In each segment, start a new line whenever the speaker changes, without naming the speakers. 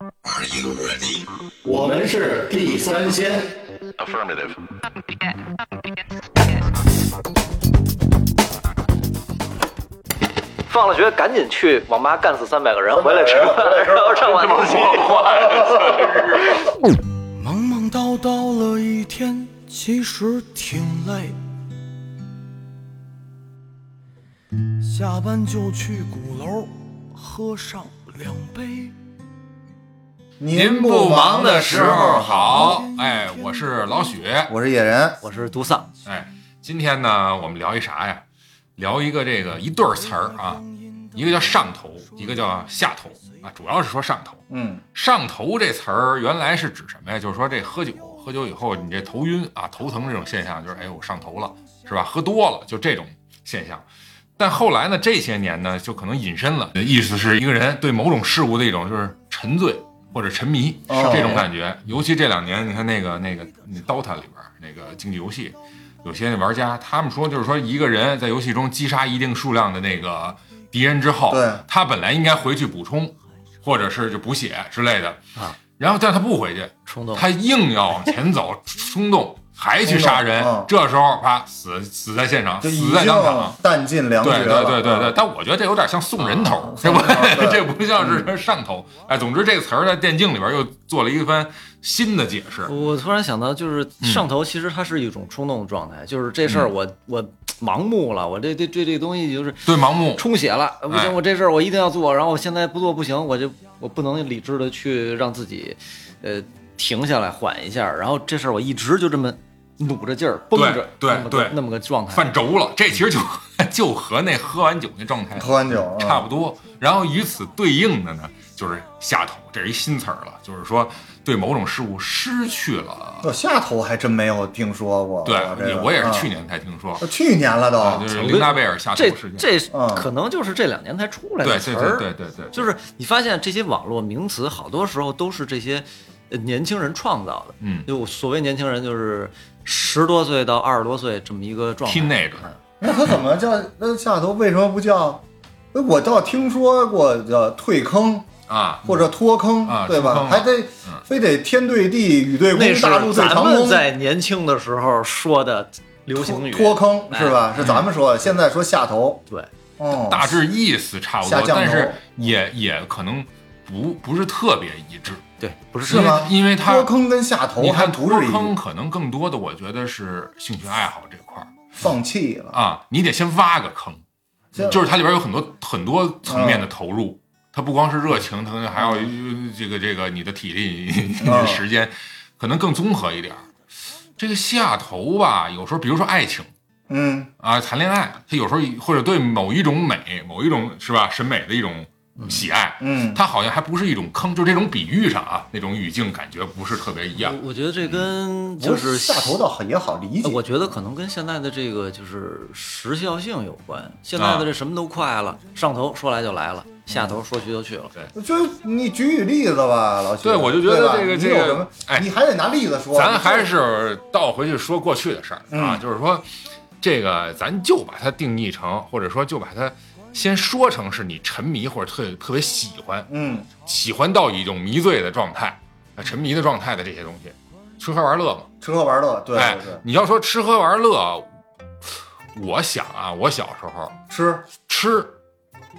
Are you ready?
我们是地三鲜。
Affirmative.
放了学赶紧去网吧干死三百个人，回来吃饭， 然后上晚自习。
忙忙叨叨了一天，其实挺累。下班就去鼓楼喝上两杯。
您不忙的时候好，哎，我是老许，
我是野人，
我是独丧，
哎，今天呢，我们聊一啥呀？聊一个这个一对儿词儿啊，一个叫上头，一个叫下头啊，主要是说上头。
嗯，
上头这词儿原来是指什么呀？就是说这喝酒，喝酒以后你这头晕啊、头疼这种现象，就是哎我上头了，是吧？喝多了就这种现象。但后来呢，这些年呢，就可能引申了，意思是一个人对某种事物的一种就是沉醉或者沉迷、
哦
这种感觉。尤其这两年，你看那个那个那 DOTA 里边儿那个竞技游戏，有些玩家他们说，就是说一个人在游戏中击杀一定数量的那个敌人之后，
对
他本来应该回去补充，或者是就补血之类的啊，然后但他不回去，
冲动。
他硬要往前 走，冲动还去杀人
冲动嗯，
这时候啪死死在现场，
就已
死在
经
当场。
弹尽粮绝
对
了。嗯啊
对对对对，但我觉得这有点像送人头，这
送
不
人头对嗯
这不像是上头。哎，总之这个词儿在电竞里边又做了一番新的解释。
我突然想到，就是
嗯
上头，其实它是一种冲动状态，就是这事儿我我盲目了，我这对对这个东西就是
对盲目，
充血了，呃不
哎
行，我这事儿我一定要做，然后我现在不做不行，我就我不能理智的去让自己，呃，停下来缓一下，然后这事儿我一直就这么努着劲儿绷着，
对
那么个
对
那么个状态，
犯轴了，这其实就 就和那喝完酒那状态
喝完酒嗯
差不多。然后与此对应的呢，就是下头，这是一新词儿了，就是说对某种事物失去了。
我下头还真没有听说过。
对
这，
你
个
我也是
嗯哦
去年才听说，
去年了都。
啊，就是琳达贝尔下头
这
事件。
这
嗯
可能就是这两年才出来
对
的
对
词
对
儿，
对对对，
就是你发现这些网络名词，好多时候都是这些呃年轻人创造的。
嗯
就我所谓年轻人，就是十多岁到二十多岁这么一个状态。
teenager
那他怎么叫？那下头为什么不叫？哎我倒听说过叫退坑
啊，
或者脱坑
啊，
对
出
吧？
坑
还得
嗯
非得天对地，雨对
那
公，
是
大陆对
咱
长
们
空。
在年轻的时候说的流行哎语。
脱坑是吧？是咱们说的，现在说下头。
对，
哦，
嗯大致意思差不
下
多，
降头
但是也也可能不不是特别一致，
对，不是
是吗？
因为因为他
脱坑跟下头
你
还
看
不
脱
是一
坑可能更多的，我觉得是兴趣爱好这块儿
放弃了，
啊，你得先挖个坑，
这
就是它里边有很多很多层面的投入，它不光是热情，它可能还有这个这个你的体力、你的时间，可能更综合一点儿。这个下头吧，有时候比如说爱情
嗯，
啊，谈恋爱，他有时候或者对某一种美、某一种是吧审美的一种喜爱，
嗯
它好像还不是一种坑，就这种比喻上啊，那种语境感觉不是特别一样。
我我觉得这跟就是
嗯下头倒很也好理解
呃。我觉得可能跟现在的这个就是时效性有关。现在的这什么都快了，上头说来就来了，下头说去就去了。
就是你举举例子吧，老徐。
对我就觉得
对吧
这个
你
这个
有什么
哎
你还得拿例子说。
咱还是倒回去说过去的事儿啊，
嗯
就是说，这个咱就把它定义成，或者说就把它先说成是你沉迷或者特特别喜欢，
嗯，
喜欢到一种迷醉的状态，啊，沉迷的状态的这些东西，吃喝玩乐嘛。
吃喝玩乐，对
哎
对对，，
你要说吃喝玩乐，我想啊，我小时候
吃
吃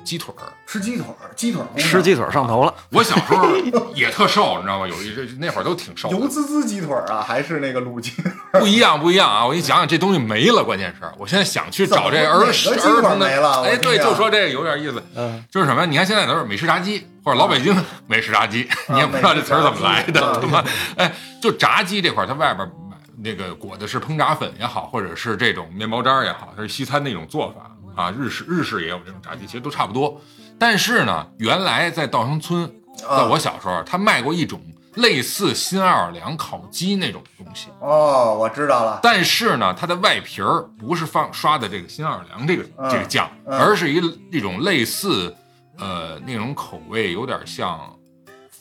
鸡腿儿，
吃鸡腿儿，鸡腿儿
吃鸡腿上头了，
我小时候 也特瘦，你知道吗？有一阵那会儿都挺瘦的，
油滋滋鸡腿儿啊，还是那个卤鸡？
不一样，不一样啊！我给你讲讲，这东西没了，关键是，我现在想去找这儿
怎么哪
儿
个鸡腿
童的
儿没了我
哎，
听啊
对，
着
就说这个有点意思，
嗯，
就是什么呀？你看现在都是美式炸鸡或者老北京美式炸鸡，
啊
你也不知道这词儿怎么来
美式炸
的，
鸡啊
他妈，哎，就炸鸡这块儿，它外边儿那个裹的是烹炸粉也好，或者是这种面包渣儿也好，它是西餐那种做法啊，日式日式也有这种炸鸡，其实都差不多。但是呢，原来在稻香村，在
啊
我小时候，他卖过一种类似新奥尔良烤鸡那种东西。
哦，我知道了，
但是呢，它的外皮儿不是放刷的这个新奥尔良这个、
嗯
这个酱，
嗯
而是一一种类似呃那种口味有点像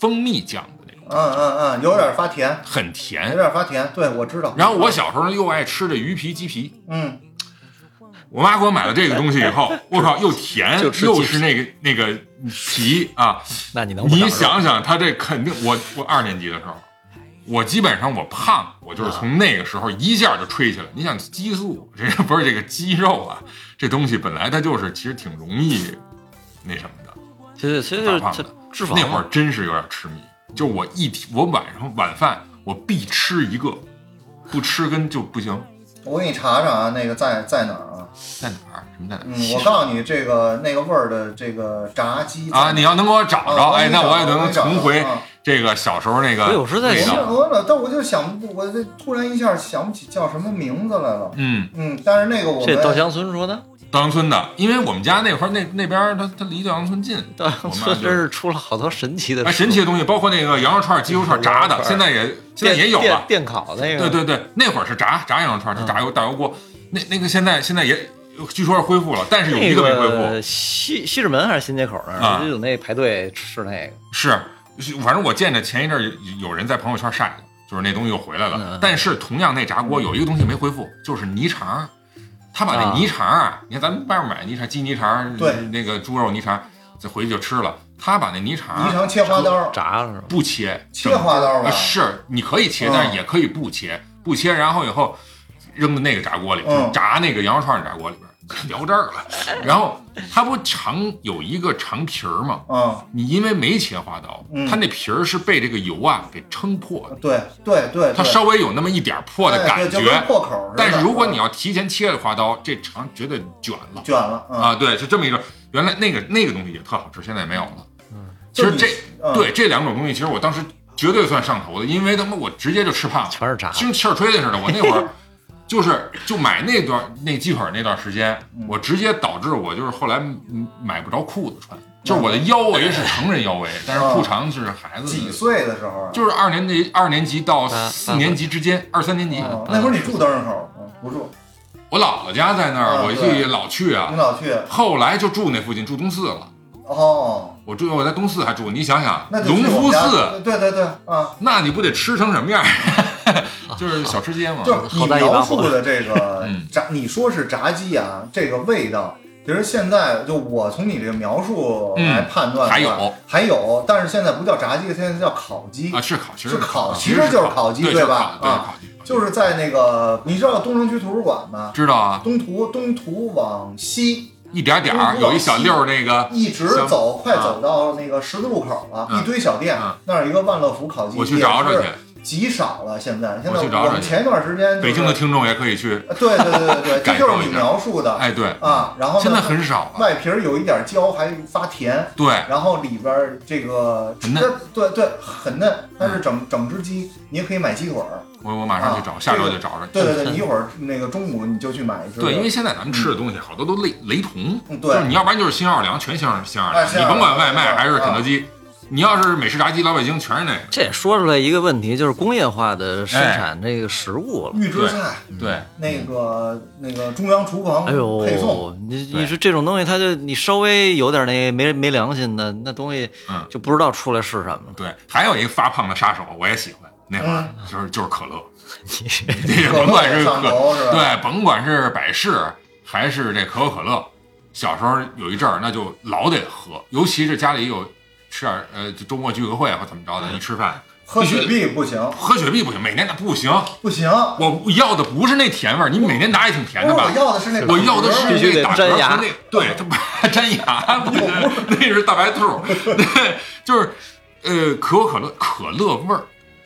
蜂蜜酱的那种，
嗯嗯嗯，有点发甜，
很
有
甜。
点发甜，对我知道。
然后我小时候呢又爱吃这鱼皮、鸡皮，
嗯，
我妈给我买了这个东西以后，我靠，又甜
就吃
又
鸡
是那个那个皮啊！
那你能不
你
上手
想想，他这肯定我我二年级的时候，我基本上我胖，我就是从那个时候一下就吹起来。你想激素，这个不是这个肌肉啊，这东西本来它就是其实挺容易那什么的。
其实其实就
大
是
胖
它
子
脂肪啊
那会儿真是有点痴迷，就我一天我晚上晚饭我必吃一个，不吃跟就不行。
我给你查查啊，那个在在哪儿啊？
在哪儿？什么在哪儿？
嗯，我告诉你，这个那个味儿的这个炸鸡
啊，你要能给我找着，
啊
哎，那
我
也
也找
能
着
重回
我也找着啊
这个小时候那个
哎我有时在
味
想
道。
多了，但我就想不，我这突然一下想不起叫什么名字来了。
嗯，
嗯，但是那个我
这稻
们
香村 说的，
稻香村的，因为我们家那会儿那那边儿它它离稻香村近，
稻香
我妈啊
村
就
真是出了好多神奇的
哎神奇的东西，包括那个羊肉串、鸡肉串炸的，现在也现在
店
也有
电
了。
电嗯烤那个，
对对对，那会儿是炸炸羊肉串，就炸油大油锅。那那个现在现在也据说是恢复了，但是有一
那
个没恢复，
个西西直门还是新街口那
啊
儿，就有那排队吃那个。
是，是反正我见着前一阵儿有有人在朋友圈晒的，就是那东西又回来
嗯
了
嗯。
但是同样那炸锅有一个东西没恢复，就是泥肠儿。他把那
啊
泥肠儿啊，你看咱们外面买泥肠儿，鸡泥肠儿，
对
那个猪肉泥肠儿，再回去就吃了。他把那泥肠
鱼
儿
肠切花刀，
炸了是吧？
不切，
切花刀吧
啊是你可以切，
嗯
但是也可以不切，不切，然后以后扔到那个炸锅里，
嗯
炸那个羊肉串儿炸锅里边儿，聊这儿了。然后它不长有一个长皮儿吗？
嗯，
你因为没切花刀，
嗯
它那皮儿是被这个油啊给撑破的，
对对对，
它
对
稍微有那么一点儿破的
哎
感
对就
觉。
跟破口似的。
但是如果你要提前切了花刀，这肠绝对卷了
卷嗯了
啊！，对，是这么一种。原来那个那个东西也特好吃，现在也没有了。其实
就你
这、
嗯
对这两种东西，其实我当时绝对算上头的，因为他妈我直接就吃胖了，
全是炸的
就跟气儿吹的似的。我那会 儿就是就买那段那鸡腿儿那段时间，
嗯
我直接导致我就是后来嗯买不着裤子穿，就是我的腰围是成人腰围，但是裤长是孩
嗯嗯
子
几
的，
岁的时候啊？
就是二年级二年级到
啊
四年级之间，二三年级。
嗯那会儿你住灯市口，嗯不住，
我姥姥家在那儿，
啊
我就
对嗯
老去啊
你。老去
后来就住那附近，住东四了。
哦，
我住我在东四还住，你想想
那，就
隆
去我
福
们家
寺，
对对对啊，
那你不得吃成什么样儿？ 就是小吃街嘛。
就是你
好歹一把
描
火
述的这个
嗯
炸，你说是炸鸡啊，这个味道，其实现在就我从你这个描述来判断的话、
嗯还有
还有，但是现在不叫炸鸡，现在叫烤鸡
啊，，是烤，其实
是
烤，
烤
其
其实就是
烤
烤鸡
对
对
是
吧
烤对，
啊
烤鸡，
就是在那个你知道东城区图书馆吗？
知道啊，
东图东图往西
一点点儿
就是
有一小溜儿那个，
一直
行
走，快走到那个十字路口了，
嗯
一堆小店，
嗯
那儿有一个万乐福烤鸡，
我去找找去。。
极少了，现在现在
我去找找
我们
去
前一段时间、就是、呃
北京的听众也可以去，
对对对对 对，
感
这
受
就是
一
你
下
描述的，
哎，对，
啊，然后呢
现在很少了。
外皮儿有一点焦，还发甜，
对，
然后里边儿这个
很嫩，嗯
对对，很嫩。但是整整只鸡，你也可以买鸡腿儿。
我我马上去找，
啊
下周
这
就
个
找着。嗯
对对对，你一会儿那个中午你就去买一只。
对，因为现在咱们吃的东西好多都类雷同，
嗯
就是
对
你要不然就是新奥尔良，全新奥新奥尔
哎
良，
新
你
奥尔
甭管
良
外卖
对啊
还是肯德基，你要是美式炸鸡、老北京全是那个。
这也说出来一个问题，就是工业化的生
哎
产这个食物了。
预制
对
菜，
对，
那个那个中央厨房
哎
配送，
呦，你
对
你说这种东西，它就你稍微有点那没没良心的那东西
嗯，
就不知道出来是什么了。
对，还有一个发胖的杀手，我也喜欢。那会儿就是就是可乐，这个
嗯可
甭
乐
管
也
是
上头是吧？
对，甭管是百事还是这可口可乐，小时候有一阵儿那就老得喝，尤其是家里有吃点儿呃就周末聚个会或怎么着的，一吃饭
嗯喝
必须
雪碧不行，
喝雪碧不行，每年那不行，
不行。
我要的不是那甜味儿，你每年拿也挺甜
不是
的
我
吧？
要的是那
我要的
打嗝
是
儿
必须
那
得
打嗝
粘
和
牙
那对 它不粘牙，不是那是大白兔， 对，就是呃可口可乐可乐味儿。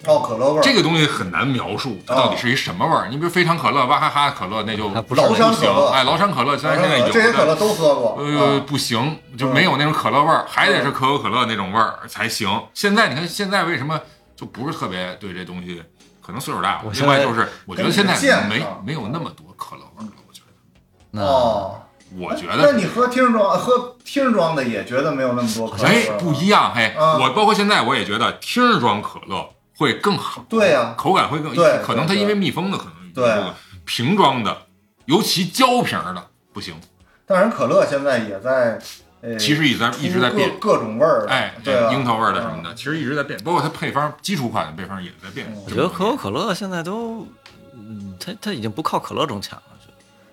哦，可乐味儿，
这个东西很难描述，它到底是一什么味儿。你比如非常可乐、娃哈哈可乐，那就
它
不
不是
崂山可
行
乐。。
哎，崂山可乐虽然现在有，
这些可乐
但
都喝过，
呃
啊
不行，就没有那种可乐味儿，还得是可口可乐那种味儿才行。现在你看，现在为什么就不是特别对这东西？可能岁数大了，
我
另
现
外
在
就是我觉得现在没
跟你的
没有那么多可乐味儿了。我觉得，
那
哦，
我觉
那
得。
你喝听装喝听装的也觉得没有那么多可乐
哎
味儿，
不一样嘿！
啊
我包括现在我也觉得听儿装可乐会更好，
对呀
口感会更
对，
可能它
对
因为密封的可能
对
这个瓶装的，尤其胶瓶儿的不行，
但是可乐现在也在，呃，
其实一直在
出
一直在
各
变，
各种味儿了，
哎，
对啊吧，
樱桃味儿的什么的，其实一直在变，包括它配方基础款的配方也在变
嗯。
我觉得可口可乐现在都，嗯，它它已经不靠可乐挣钱了。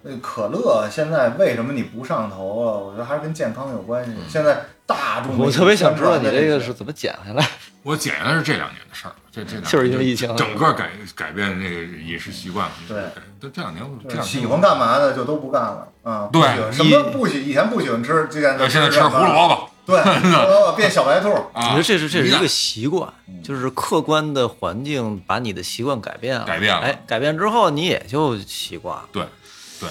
呃可乐现在为什么你不上头了？我觉得还是跟健康有关系。现在大众
嗯我特别想知道你这个是
是
怎么减下来。
我检验的是这两年的事儿，这这两年
就是因为疫情
整个改改变这个饮食习惯。
对
改，这这两年我这两年
喜欢干嘛的就都不干了啊。
对
不喜欢什
你
么不喜以前不喜欢吃，现在
呃现在吃
干嘛
胡萝卜
对，胡萝卜变小白兔。
啊，嗯
我觉得这是这是
你
一
俩
个习惯，就是客观的环境把你的习惯改变了，
改变了
哎，改变之后你也就习惯了。
对对，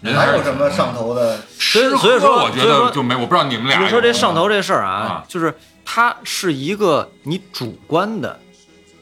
人
还有什么上头的？
所
吃
以
喝
所以说
我觉
所以
得
说
就没，我不知道你们俩有没啊
比如
有。
说这上头这事儿啊
啊，
就是它是一个你主观的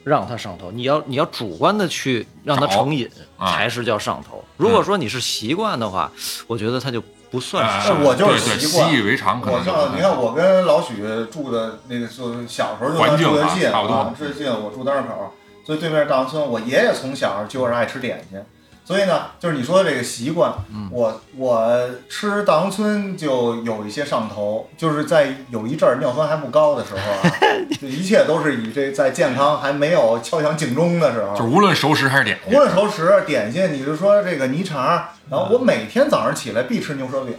让它上头，你要你要主观的去让它
找
成瘾，
啊嗯
才是叫上头。如果说你是习惯的话，我觉得它就不算是
哎
上头。
我就是
对对
习惯
习以为常，可
我
能就
上，你看我跟老许住的那个，就是小时候就算
环境
住的
吧
近
差不多
啊，最近我住单人口，所以对面大王村，我爷爷从小就是爱吃点心。所以呢，就是你说的这个习惯，
嗯
我我吃大王村就有一些上头，就是在有一阵儿尿酸还不高的时候 啊，就一切都是以这在健康还没有敲响警钟的时候，
就是无论熟食还是点
无
心，
论熟食、点心，你就说这个泥肠儿，然后我
嗯
每天早上起来必吃牛舌饼。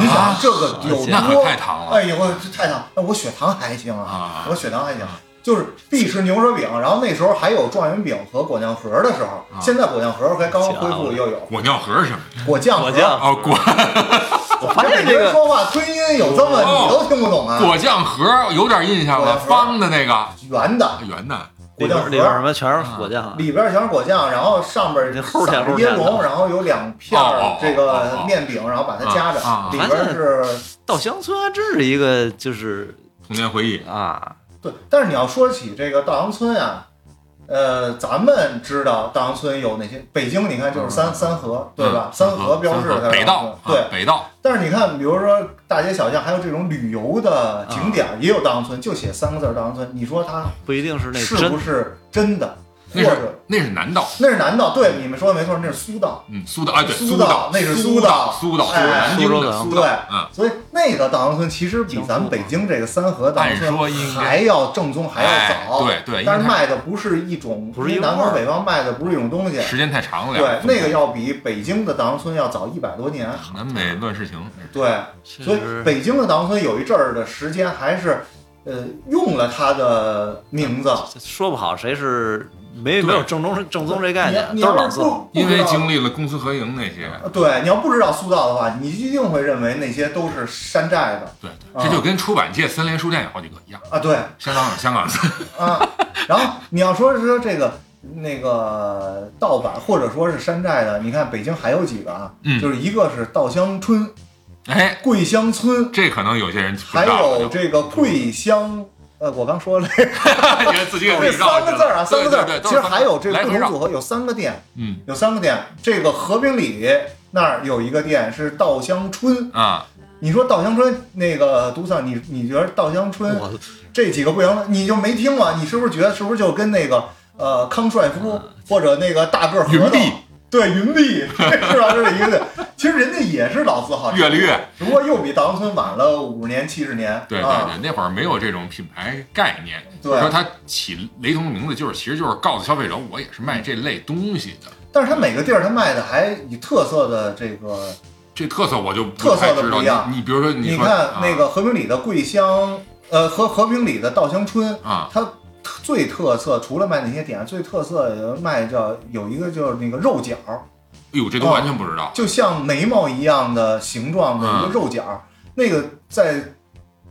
你想这个有
啊那
多
可太糖了
哎呦，这太糖！哎，我血糖还行
啊
我血糖还行，就是必吃牛舌饼。然后那时候还有状元饼和果酱盒的时候，
啊
现在果酱盒才刚刚恢复又有
果尿盒是什么呀？
果酱盒。
果酱
哦，果
我发
北
现
京
这
人
个
说话吞音有这么
哦
你都听不懂啊？
果酱盒有点印象了，
果酱盒
方的那个啊
圆的
圆的，
里
果
边
酱
里边什
盒。
么全是果酱啊，
里边全是果酱，然后上边
那齁甜
撒着
齁甜
椰
的
蓉，然后有两片
哦哦
儿
哦
这
哦
个
哦
面饼，然后把它夹着
啊啊，
里边是
到乡村啊真是一个就是
童年回忆。
啊，
对，但是你要说起这个稻香村啊，呃，咱们知道稻香村有哪些？北京你看就是三、三河，对吧？
嗯
三河标志
三
它
河
是
北道，
对。
啊北道，
但是你看，比如说大街小巷，还有这种旅游的景点，
啊
也有稻香村，就写三个字儿稻香村。你说它
不一定是那
是
真
不是真的？
那
或
是
者
那是南道，
那是南道？对，你们说的没错，那是苏道。
嗯，苏道，哎，对，
苏
苏
道
道，
那是
苏
苏道
苏道，
哎
南京
苏州
的
的
苏
对
道，，嗯，
所以那个稻香村其实比咱们北京这个三河稻香
按说应
村
该
还要正宗，还要
哎
早。，
对对，因
但
为
是
它
卖的不是一种，
不是一
因
个
为南
味
方
儿
北方卖的不是一种东西。
时间太长了
对
呀，，
那个要比北京的稻香村要早一百多年。
南北乱世情，
对，
确
所以
实
北京的稻香村有一阵儿的时间还是，呃，用了它的名字。
说不好谁是没
对
没有正宗正宗这概
你
念，
你
都是
要
老
是
字
不
号。
不知
因为
道呃
经历了公私合营那些，
对，你要不知道苏道的话，你一定会认为那些都是山寨的
对对，这就跟出版界三联书店有好几个一样，
啊。对
香港有香港的，
啊，然后你要说是这个那个盗版或者说是山寨的，你看北京还有几个啊，
嗯
就是一个是稻香村、
哎，
桂香村，
这可能有些人不知
还
道了，
有这个桂香，呃，我 刚说了
觉得自己给
这
自己绕
三
进去
个
了
字儿啊，三
对
个字
对
儿。
对
其实还有这个
来
不
回
同
绕
组合，有三个店，
嗯
有三个店。这个和平里那儿有一个店是稻香春，
啊，
你说稻香春那个独丧，你你觉得稻香春
我
这几个不行，你就没听过，你是不是觉得是不是就跟那个呃康帅夫或者那个大个儿核
嗯云
桃
碧？
对，云碧 是吧？这是一个店，其实人家也是老字号，
越来越，
只不过又比稻香村晚了五十年、七十年。
对对
啊
对，那会儿没有这种品牌概念，
对
说它起雷同的名字，就是其实就是告诉消费者，我也是卖这类东西的。
但是它每个地儿它卖的还以特色的这个，
这特色我就不
特色
太
的
知道。
不一样
你你比如说，
你
说啊
看那个和平里的桂香，呃，和和平里的稻香春，
啊
它特最特色除了卖那些点，最特色的卖叫有一个就是那个肉角，
啊哎呦，这都完全不知道。
就像眉毛一样的形状
啊
的一个肉角，那个在。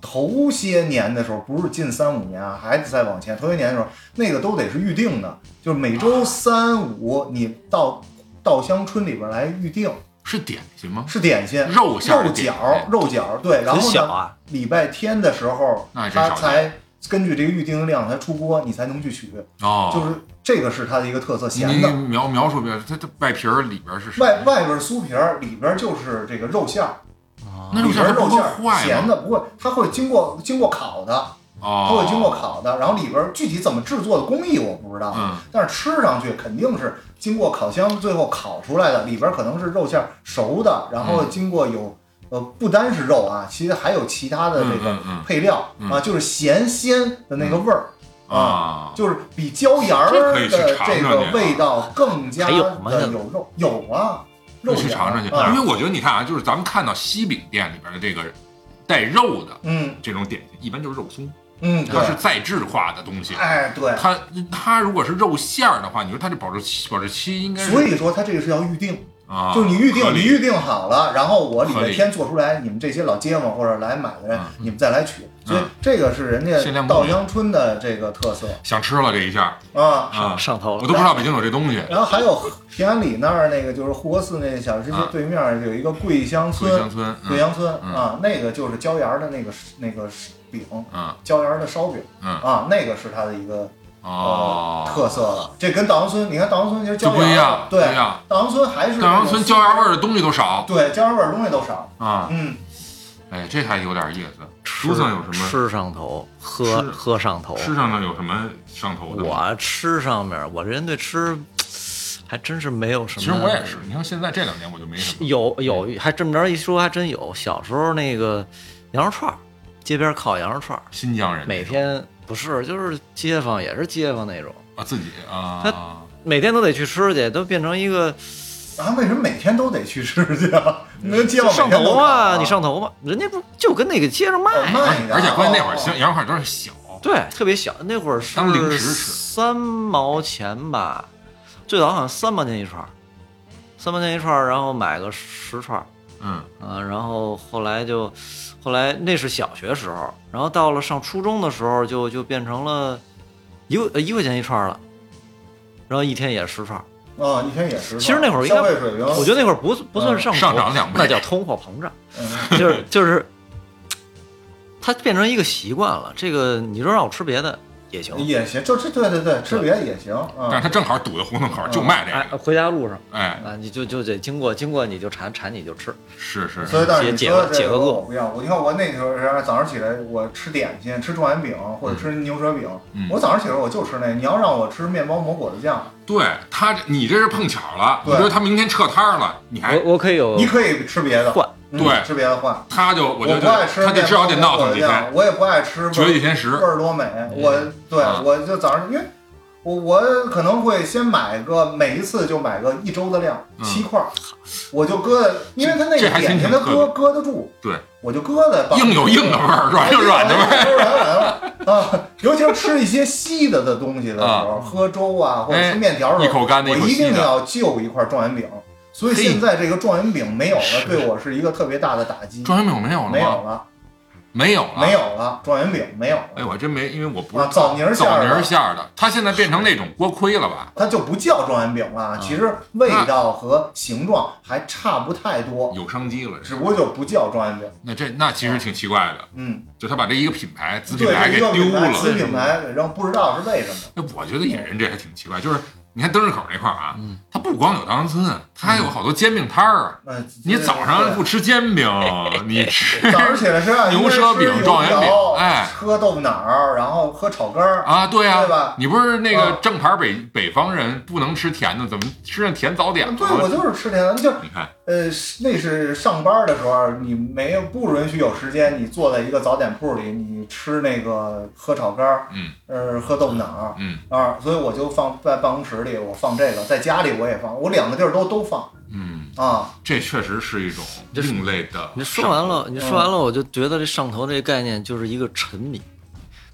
头些年的时候，不是近三五年啊，还得再往前。头些年的时候，那个都得是预定的，就是每周三五你到稻香村里边来预定。
是点心吗？
是点心，
肉馅儿
肉
的点心哎
饺，肉饺，对。然
很
后
小
呢，
啊，
礼拜天的时候，
那还真
它
少见
才根据这个预定量才出锅，你才能去取，
哦，
就是这个是它的一个特色，
你
咸
你
的。
描描述描述，它它外皮儿里边是什么
外外边酥皮儿，里边就是这个肉馅儿，
啊那
里
肉馅
边
儿
肉
不
馅
会
儿
坏
咸
吗？
的不会，它会经过经过烤的，它
哦，
会经过烤的，然后里边具体怎么制作的工艺我不知道，
嗯
但是吃上去肯定是经过烤箱最后烤出来的，里边可能是肉馅儿熟的，然后经过有、呃不单是肉啊，其实还有其他的这个
嗯嗯嗯
配料、
嗯
啊，就是咸鲜的那个味儿。
啊，
就是比椒盐儿
这可以
的
去尝尝
这
去
个味道更加
还
的
有吗
有肉，有啊，肉
去
眼
尝尝去，
啊
因为我觉得你看啊，就是咱们看到西饼店里边的这个带肉的
嗯
这种点心，一般就是肉松，
嗯，
它是
对，
再制化的东西。
哎对，
它它如果是肉馅儿的话，你说它这保质期保质期应该是
所以说它这个是要预定，
啊，
就是你预
合
定，
理
你预定好了，然后我礼
合
拜
理
天做出来，你们这些老街坊或者来买的人
嗯，
你们再来取。所以
嗯
这个是人
限量
家
供
稻
应
香村的这个特色
想吃了这一下
啊。
啊，
上
我
头了。
都不知道北京有这东西。
然后还有平安里那儿那个就是护国寺那小吃街
啊
对面儿有一个桂香
桂
村
香，村，
桂
嗯
香村
嗯
啊，那个就是椒盐儿的那个那个饼，
嗯
椒盐儿的烧饼
嗯
啊，那个是它的一个
哦，
特色了。这跟稻香村，你看稻香村其实
就
椒
不
盐
一
儿
样，
对
不一，样。
稻香村还是
稻香村
那种
椒盐味儿的东西都少
对椒盐味儿东西都少，
啊，
嗯。
哎，这还有点意思。
吃
书上有什么？
吃上头，喝
吃
喝上头。
吃上的有什么上头的？
我啊吃上面，我这人对吃还真是没有什么。
其实我也是，你看现在这两年我就没什么。
有有，还这么着一说还真有。小时候那个羊肉串儿，街边烤羊肉串儿，
新疆人
每天不是就是街坊也是街坊那种，
啊自己
他
啊，
每天都得去吃去，都变成一个
啊，为什么每天都得去吃去啊？
嗯
那街坊
上
每天都
头啊，
烤
你上哎头吧，人家不就跟那个街上卖
哦卖的，
而且关键那会儿
哦
羊羊肉串真是小，
对，特别小，那会儿是
当零食吃
三毛钱吧，最早好像三毛钱一串儿，三毛钱一串儿，然后买个十串儿，
嗯
啊，然后后来就，后来那是小学时候，然后到了上初中的时候就就变成了一块呃一块钱一串儿了，然后一天也十串儿，
哦，一天也是。
其实那会儿应该
消费水平，
我觉得那会儿不不算
嗯
上头
上涨两倍
那叫通货膨胀。
嗯
就是就是，它变成一个习惯了。这个你说让我吃别的也行，
也行，就是对对对，吃别的也行啊。
但是他正好堵在胡同口儿就卖这
哎，
个，
回家路上
哎，
啊，你就就得经过经过你就馋馋你就吃，
是是，
所以，但是你
解
说的
解
这
解个
个
饿
我不一样。我你看，我那时候早上起来，我吃点心，吃状元饼或者吃牛舌饼。
嗯
我早上起来我就吃那。你要让我吃面包抹果子酱，
对他这你这是碰巧了，你
对
说他明天撤摊儿了，你还
我我可以有
哎你可以吃别的
呃换
嗯
对
吃别的换。
他就我
我
觉
不爱
得
吃
他就
面
至少
包
得
抹
闹
果
腾
子
几天
酱，，我也不爱吃味
绝
儿
几天
味
食，
儿多美。我对
啊
我就早上，因为我我可能会先买个，每一次就买个一周的量，
嗯
七块儿，我就搁在，因为它那个
这还
点
挺
心它
挺特
搁搁得住，
对，
我就搁在包里
硬有硬的味儿，软有软的味儿。
哎对软软的啊，尤其是吃一些稀的的东西的时候，喝粥啊，或者吃面条的时候，
哎一口干的
我
一口
一
稀的
定要就一块状元饼。所以现在这个状元饼没有了，
是
对我是一个特别大的打击。
状元饼没有了
没有
吗？
了，
没有了，
没有。了，状元饼没有
哎，
了，
我真没，因为我不
啊
是
枣泥儿馅儿
枣泥
的
儿馅儿的，它现在变成那种锅盔了吧？
它就不叫状元饼
嗯
了。其实味道和形状还差不太多，
有商机了，
只不过就不叫状元饼。
那这那其实挺奇怪的，
嗯，
就他把这一个品牌子品
对，
牌
这
给
一个
丢
品牌子
了。
品牌，然后不知道是为什么。
那我觉得野人这还挺奇怪，就是你看灯市口那块儿啊，
嗯
它不光有稻香村，它还有好多煎饼摊儿啊。
嗯，
你早上
对
不吃煎饼，你吃
早上起来吃啊，
牛舌饼
应该吃油
状元饼
条
哎
喝豆腐脑儿，然后喝炒肝儿，
啊？对
对
啊
吧，
你不是那
啊
个正牌北北方人，不能吃甜的，怎么吃上甜早点了？啊
对我就是吃甜的，就是
你看，
呃，那是上班的时候，你没有不允许有时间，你坐在一个早点铺里，你吃那个喝炒肝儿，
嗯
呃，喝豆腐脑儿
嗯
啊，所以我就放在办公室里，我放这个，在家里我也放，我两个地儿都都放
嗯，
啊，
这确实是一种
这是
另类的。
你说完，了，你说完
嗯
了，我就觉得这上头这概念就是一个沉迷，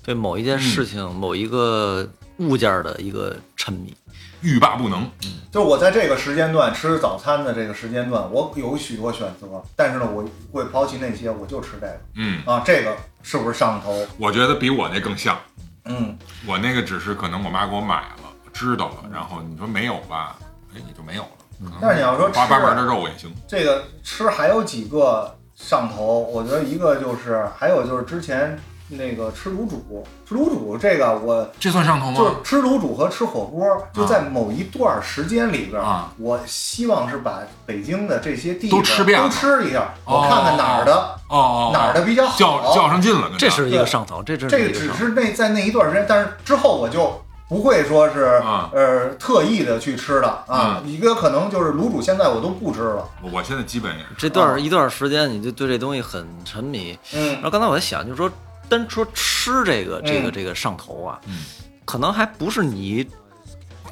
对某一件事情、
嗯
某一个物件儿的一个沉迷。
欲罢不能。
就是我在这个时间段吃早餐的这个时间段，我有许多选择，但是呢，我会抛弃那些，我就吃这个
嗯，
啊，这个是不是上头？
我觉得比我那更像。
嗯，
我那个只是可能我妈给我买了，我知道了，然后你说没有吧，哎，也就没有了。可能
但是你要说吃
花八瓣的肉也行，
这个吃还有几个上头，我觉得一个就是，还有就是之前那个吃卤煮，吃卤煮这个我
这算上头
就是
吗？
吃卤煮和吃火锅，就在某一段时间里边，
啊
我希望是把北京的这些地
都吃遍了
都吃一下，
哦
我看看哪儿的、
哦哦，
哪儿的比较好。
较较上劲了，跟
这
他
是一个上头，这真
这
是一
个
个
只
上头。
是那在那一段时间，但是之后我就不会说是、
啊嗯
呃特意的去吃了啊。一个可能就是卤煮，现在我都不吃了。
我我现在基本也是
这段儿一段儿时间，你就对这东西很沉迷。
嗯
然，后刚才我在想，就是说，单说吃这个这个
嗯
这个上头啊，
嗯
可能还不是你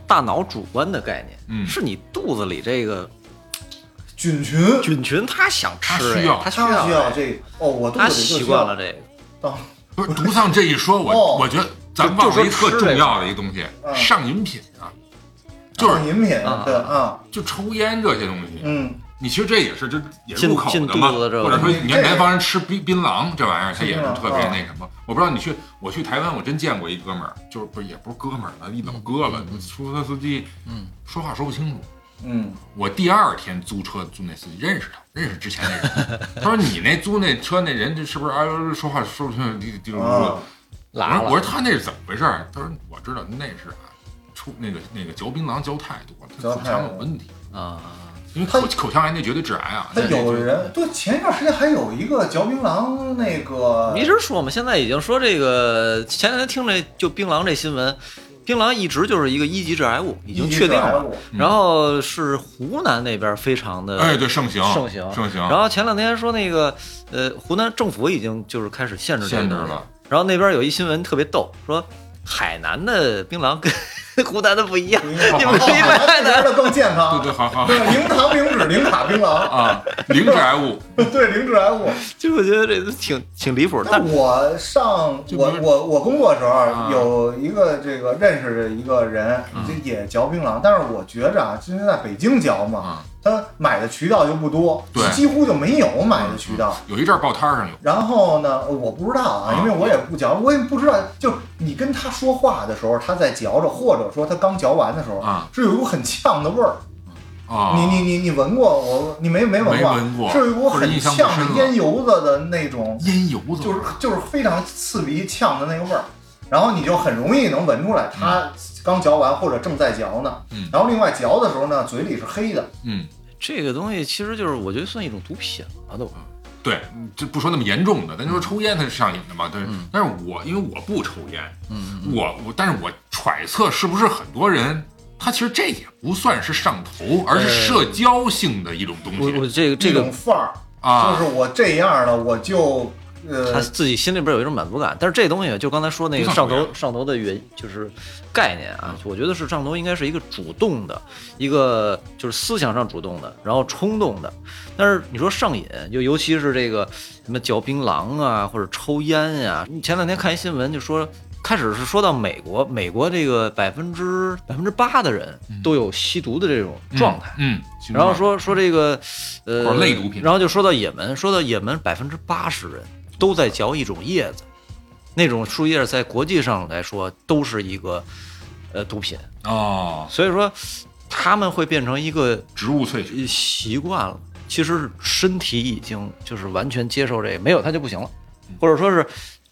大脑主观的概念，
嗯
是你肚子里这个
菌群，
菌群他想吃
他
哎，
需要
他需
他需要
要，
这个哦，我肚子
他
里就
习
需
惯
要哦
了这个。
当
不是独丧这一说，
哦
我我觉得咱忘了一特重要的一个东西，
嗯
上瘾品啊，就是
饮品
啊
对啊，
就抽烟这些东西，
嗯，
你其实这也是这也
进
入口的
进
嘛，
肚子这
或者说你看
这个
南方人吃槟槟榔这玩意儿，它也是
槟榔
特别
啊
那什么。我不知道你去我去台湾，我真见过一哥们儿，就是不是也不是哥们儿了，一老哥了，出租车司机，嗯，说话说不清楚。
嗯，
我第二天租车租那司机认识他，认识之前那人。他说你那租那车那人这是不是啊说话说不清滴滴噜噜的
啊？
拉
我说我
了，
说他那是怎么回事儿？他说我知道那是啊，出那个那个嚼槟榔嚼太多了，他
嚼
口
太
腔
多
有问题，
啊，
因为
他
口口腔癌那绝对致癌啊。
他
那那
有
就
人对前一段时间还有一个嚼槟榔那个
一直说嘛，现在已经说这个，前两天听这就槟榔这新闻，槟榔一直就是一个一级致癌物，已经确定了。然后是湖南那边非常的
哎，对，盛行，
呃盛行
盛行，
然后前两天说那个，呃，湖南政府已经就是开始限制这个
限制
东西
了。
然后那边有一新闻特别逗，说海南的槟榔跟 湖南的不一样，
不一样
你们明白
那
的。
的更健
对
康，
对，好好好
对零糖、零脂、零卡槟榔，
啊，零致癌物，
对零致癌物。
就我觉得这都挺挺离谱的。
那
但
我上
就
我
比如
我我工作的时
啊
候有一个这个认识的一个人，这也嚼槟榔，但是我觉着啊，因为在北京嚼嘛，他买的渠道就不多
对，
几乎就没有买的渠道。
有一阵儿报摊儿上有，
然后呢，我不知道啊，因为我也不嚼，我也不知道，就你跟他说话的时候，他在嚼着，或者说他刚嚼完的时候
啊，
是有一股很呛的味儿。
啊，
你你你你闻过我？你没没闻过？
没闻过
是有一股
或者
很
印象不
呛
深
的
了
烟油子的那种
烟油子，
就是就是非常刺鼻呛的那个味儿，然后你就很容易能闻出来，它刚嚼完或者正在嚼呢。
嗯
然后另外嚼的时候呢，嘴里是黑的，
嗯，
这个东西其实就是我觉得算一种毒品了都。
对，嗯这不说那么严重的，咱就说抽烟它是上瘾的嘛，对。
嗯
但是我因为我不抽烟，嗯，我我，但是我揣测是不是很多人。他其实这也不算是上头，而是社交性的一种东
呃我我
西
这个这
一
个
种范儿，
啊
就，是我这样的我就
他
呃
自己心里边有一种满足感，但是这东西就刚才说那个
不算
上
不一
头
样
上头的原就是概念啊，我觉得是上头应该是一个主动的，一个就是思想上主动的，然后冲动的。但是你说上瘾，就尤其是这个什么嚼槟榔啊，或者抽烟呀、你前两天看一新闻就说，开始是说到美国，美国这个百分之百分之八的人都有吸毒的这种状态。
嗯，嗯
然后说说这个，
或
呃，
者类毒品
然后就说到也门，说到也门，百分之八十人都在嚼一种叶子，那种树叶在国际上来说都是一个呃毒品，
哦，
所以说他们会变成一个
植物萃取
呃习惯了。其实身体已经就是完全接受这个，没有它就不行了，或者说是。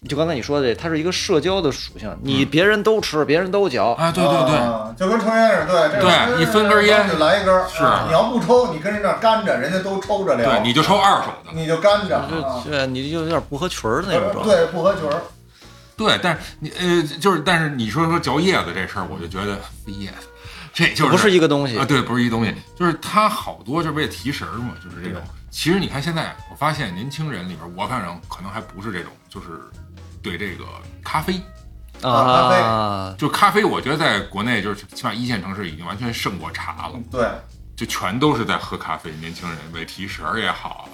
就刚才你说的，它是一个社交的属性，你别人都吃，别人都嚼，
啊，对对对，
啊就跟抽烟似的，对这
对
个
一分根烟
就来一根儿，
是
啊你要不抽，你跟人那儿干着，人家都抽着聊，
对，你就抽二手的，
你就干着，啊
就对你就有点不合群儿的那种状态。
对不合群儿，
对，但是你呃，就是但是你说说嚼叶子这事儿，我就觉得非叶子，这就是
不是一个东西
啊，对，不是一东西，就是它好多就是为了提神儿嘛，就是这种。其实你看现在，我发现年轻人里边，我反正可能还不是这种，就是对这个咖啡，
啊咖啡
啊，
就咖啡，我觉得在国内就是起码一线城市已经完全胜过茶了，
对，
就全都是在喝咖啡，年轻人为提神儿也好，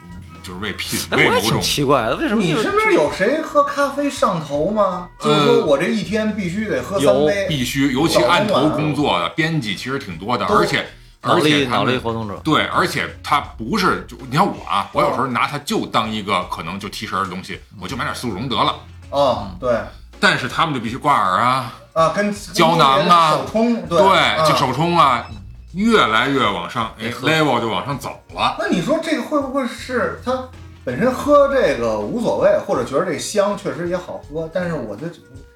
嗯就是为品
哎，
味
我也
某
挺
种。
奇怪的，为什么
你
就
身边有谁喝咖啡上头吗？就是说我这一天必须得喝三
有
杯，
呃必须，尤其案头工作的编辑其实挺多的，
都
而且
脑
而且
力
他
脑
们
力活动者？
对，而且它不是就你看我啊，我有时候拿它就当一个可能就提神儿的东西，我就买点速溶得了。
啊，对
但是他们就必须挂耳啊，
啊，跟
胶囊啊
手冲
对，
嗯
对
就
啊
手冲啊，越来越往上，哎
喝
，level 就往上走了。
那你说这个会不会是他本身喝这个无所谓，或者觉得这香确实也好喝，但是我的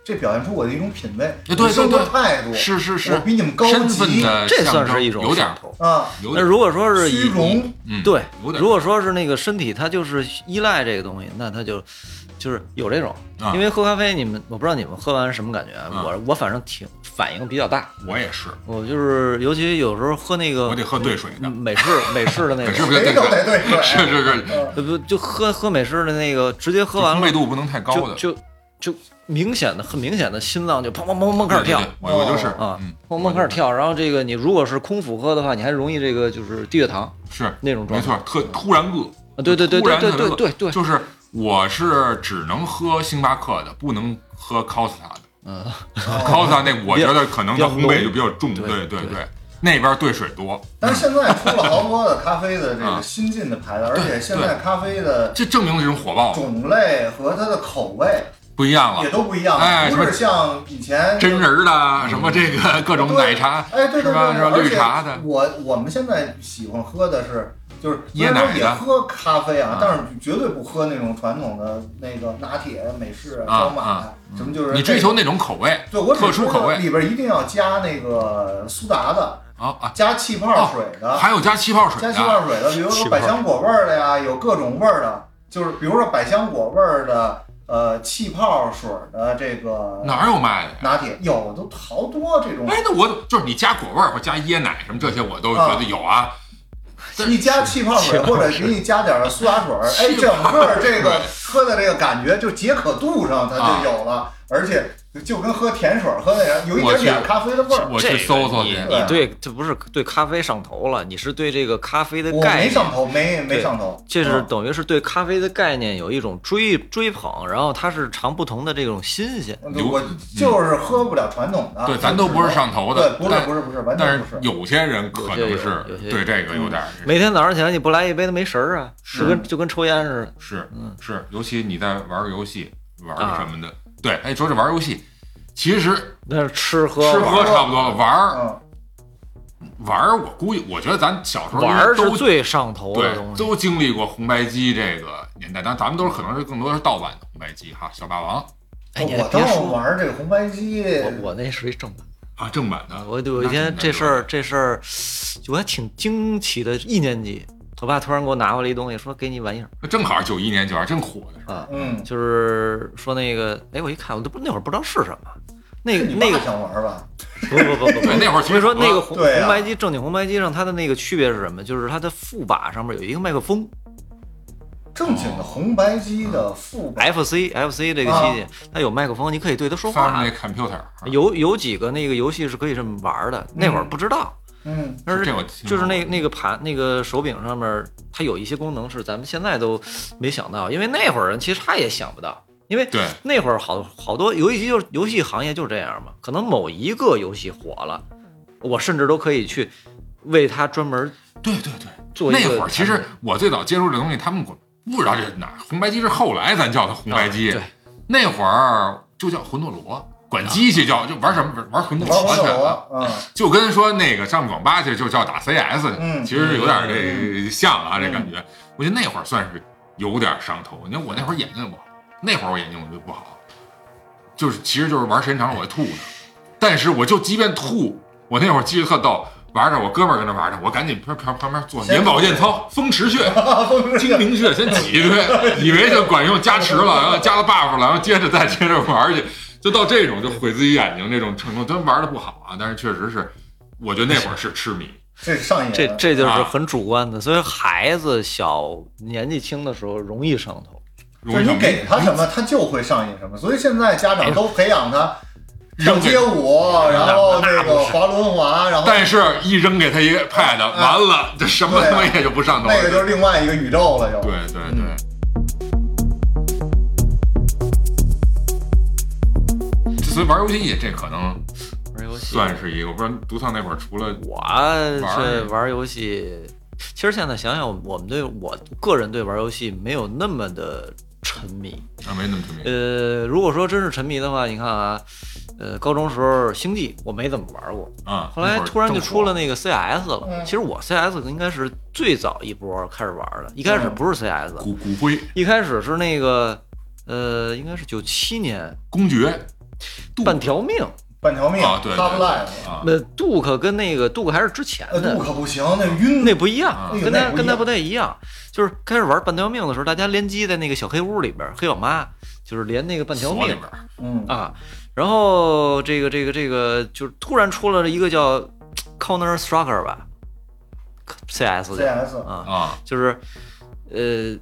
这表现出我的一种品味，
对对
生活
对
态度
是是
我
是，
比你们高级
身份的
这
象
算
征
是一种
有点
上
儿
头。
啊，
有
那
点儿
如果说是
虚
以以
荣，
嗯
对
有，点
如果说是那个身体它就是依赖这个东西，那它就就是有这种
啊。
因为喝咖啡，你们我不知道你们喝完什么感觉啊，
啊
我我反正挺反应比较大，
我也是，
我就是尤其有时候喝那个
我得喝兑水的，
美式美式的那
可是不
种，
是
谁
对
都得
对，
对对，
是是是，
嗯呃不就喝喝美式的那个，直接喝
就
完
烘
了
焙度不能太高的，
就就就明显的、很明显的心脏就砰砰砰砰开始
对对
跳
对我我就是
啊
嗯，
砰砰开始跳。然后这个你如果是空腹喝的话，你还容易这个就是低血糖
是
那种状
没
态。
错，特突然饿，
啊对对对
突然
对
特
对
别饿
对对对
就是我是只能喝星巴克的，不能喝 Costa 的。
嗯，
Costa 那我觉得可能它
比较
烘焙就比较重，
浓
对对
对
对，那边兑水多，
但是现在出了好多的咖啡的这
啊
个新进的牌子，而
对
且现在咖啡的
这证明这种火爆
种类和它的口味
不一样
也
了，
都不一样，
哎
不
什么
是像以前
真人儿的什
嗯
么这个各种奶茶，
哎，对对
是吧
对，
是吧
而
绿
且
茶的
我我们现在喜欢喝的是，就是虽
椰
然
奶
说也
的
喝咖啡
啊，
啊但是绝对不喝那种传统的那个拿铁、美式、
啊
烧马
啊，
什么就是
你追
这
求那种口味
对我只
特殊口味
觉得里边一定要加那个苏打的，
啊啊，
加气泡水的，
还有加气泡水
加
的，
气泡水的，比如
气
说
泡
百香果味儿的呀，有各种味儿的，就是比如说百香果味儿的，呃，气泡水的这个
哪有卖的呀？
拿铁有都好多这种，
哎，那我就是你加果味儿或加椰奶什么这些，我都觉得有啊。
一加气泡水，或者给你加点儿苏打水儿，哎，
气
整个这个
对
喝的这个感觉就解渴度上它
啊
就有了，而且就跟喝甜水儿喝那样，有一
我
点点
去
咖啡的味儿。
我
这
去
个
搜搜
你
去，
你对这不是对咖啡上头了，你是对这个咖啡的
我
概
没
念。
上头，没没
对
上头，
这是
嗯
等于是对咖啡的概念有一种追追捧，然后它是尝不同的这种新鲜。
我我就是喝不了传统的。
啊
对，咱都不是上头的，
对，不是
但
不是不是，完
但
全
是
不是。
有些人可能是
有些有有嗯些
对这个有点儿
每天早上起来你不来一杯，它没神儿啊，就跟就跟抽烟似的。
是是，尤其你在玩个游戏，玩
啊
个什么的，对，哎，说这玩游戏，其实
那是吃喝
吃
玩嗯
喝差不多了，玩儿
嗯，
玩儿，我估计，我觉得咱小时候
玩儿
应该
是
都
最上头的
对，
东西。
都经历过红白机这个年代，但咱们都是可能是更多是盗版的红白机哈，小霸王
哎，你还
我
别
倒
说，
玩儿这个红白机，
我我那属于正版。
啊，正版的，
我有一天这事儿这事儿，我还挺惊奇的。一年级，我爸突然给我拿回来一东西，说给你玩意儿。
正好九一年九二正火的时候，
啊，
嗯，
就是说那个，哎，我一看，我都不那会儿不知道是什么，那个
是你
那
爸
个
想玩儿吧？
不不不不不，
对那会儿其实
所以说那个
很
红
对啊
红白机正经红白机上它的那个区别是什么？就是它的副把上面有一个麦克风
正经的红白机的副本
，FC FC 这个
啊
机器，它有麦克风，你可以对它说
发
话
明那。computer，
有有几个那个游戏是可以这么玩的，那会儿不知道。
嗯，
但是
这我听说
就是那
过
那个盘那个手柄上面，它有一些功能是咱们现在都没想到，因为那会儿人其实他也想不到，因为
对
那会儿好好多游戏机就是游戏行业就是这样嘛，可能某一个游戏火了，我甚至都可以去为它专门
对对对，
做一
那
个
会儿其实我最早接触这东西，他们不知道这是哪儿红白机是后来咱叫它红白机，
啊对
那会儿就叫魂斗罗，管机器叫就玩什么玩玩魂斗
玩
罗
红
去
斗
了。
罗，嗯，
就跟说那个上网吧去就叫打 CS，、
嗯
其实有点这像啊，这感觉。我觉得那会儿算是有点上头。你看我那会儿眼睛不好，那会儿我眼睛我就不好，就是其实就是玩时间长了我就吐呢。但是我就即便吐，我那会儿记得特逗，玩着我哥们儿跟那玩着，我赶紧旁旁旁边做眼保健操，风池穴、
嗯 啊
精灵穴，先挤一堆，以为就管用加持了，然后加了 buff 了，然后接着再接着玩儿去，就到这种就毁自己眼睛这种程度，真玩的不好啊。但是确实是，我觉得那会儿是痴迷，
这上瘾。
这这就是
啊
很主观的，所以孩子小年纪轻的时候容易上头。
就
容
是
易
你给他什么，他就会上瘾什么。所以现在
哎
家长都培养他跳街舞，然后这个滑轮滑，然后
但是，一扔给他一个 pad，完了，这什么
嗯对啊
东西也就不上头了。
那个就是另外一个宇宙了，就
对对对，
嗯
这所以玩游戏这可能
玩游戏
算是一个，我不知道独唱那会儿除了
我
儿
这玩游戏，其实现在想想，我我们对我个人对玩游戏没有那么的沉迷。
啊没那么出名，
呃，如果说真是沉迷的话，你看啊，呃，高中时候《星际》我没怎么玩过，
啊，
后来
那会儿
突然就
正火
出了那个 CS 了。
嗯
其实我 CS 应该是最早一波开始玩的，一开始不是 CS，、
骨骨灰
一开始是那个呃，应该是九七年
公爵
《半条命》。
半条 命
啊，对对
Half
对
Life。
啊，
呃杜克跟那个杜克还是之前
呃，
的
度，可不行，那晕
那不一样，
啊
跟他
那不一样
跟他不太一样。就是开始玩半条命的时候，大家联机在那个小黑屋里边，黑网吧就是连那个半条
锁里
命
边儿
嗯，
啊。然后这个这个这个，就是突然出了一个叫 Counter Strike 吧，CS 的
CS
啊，
啊，
就是呃，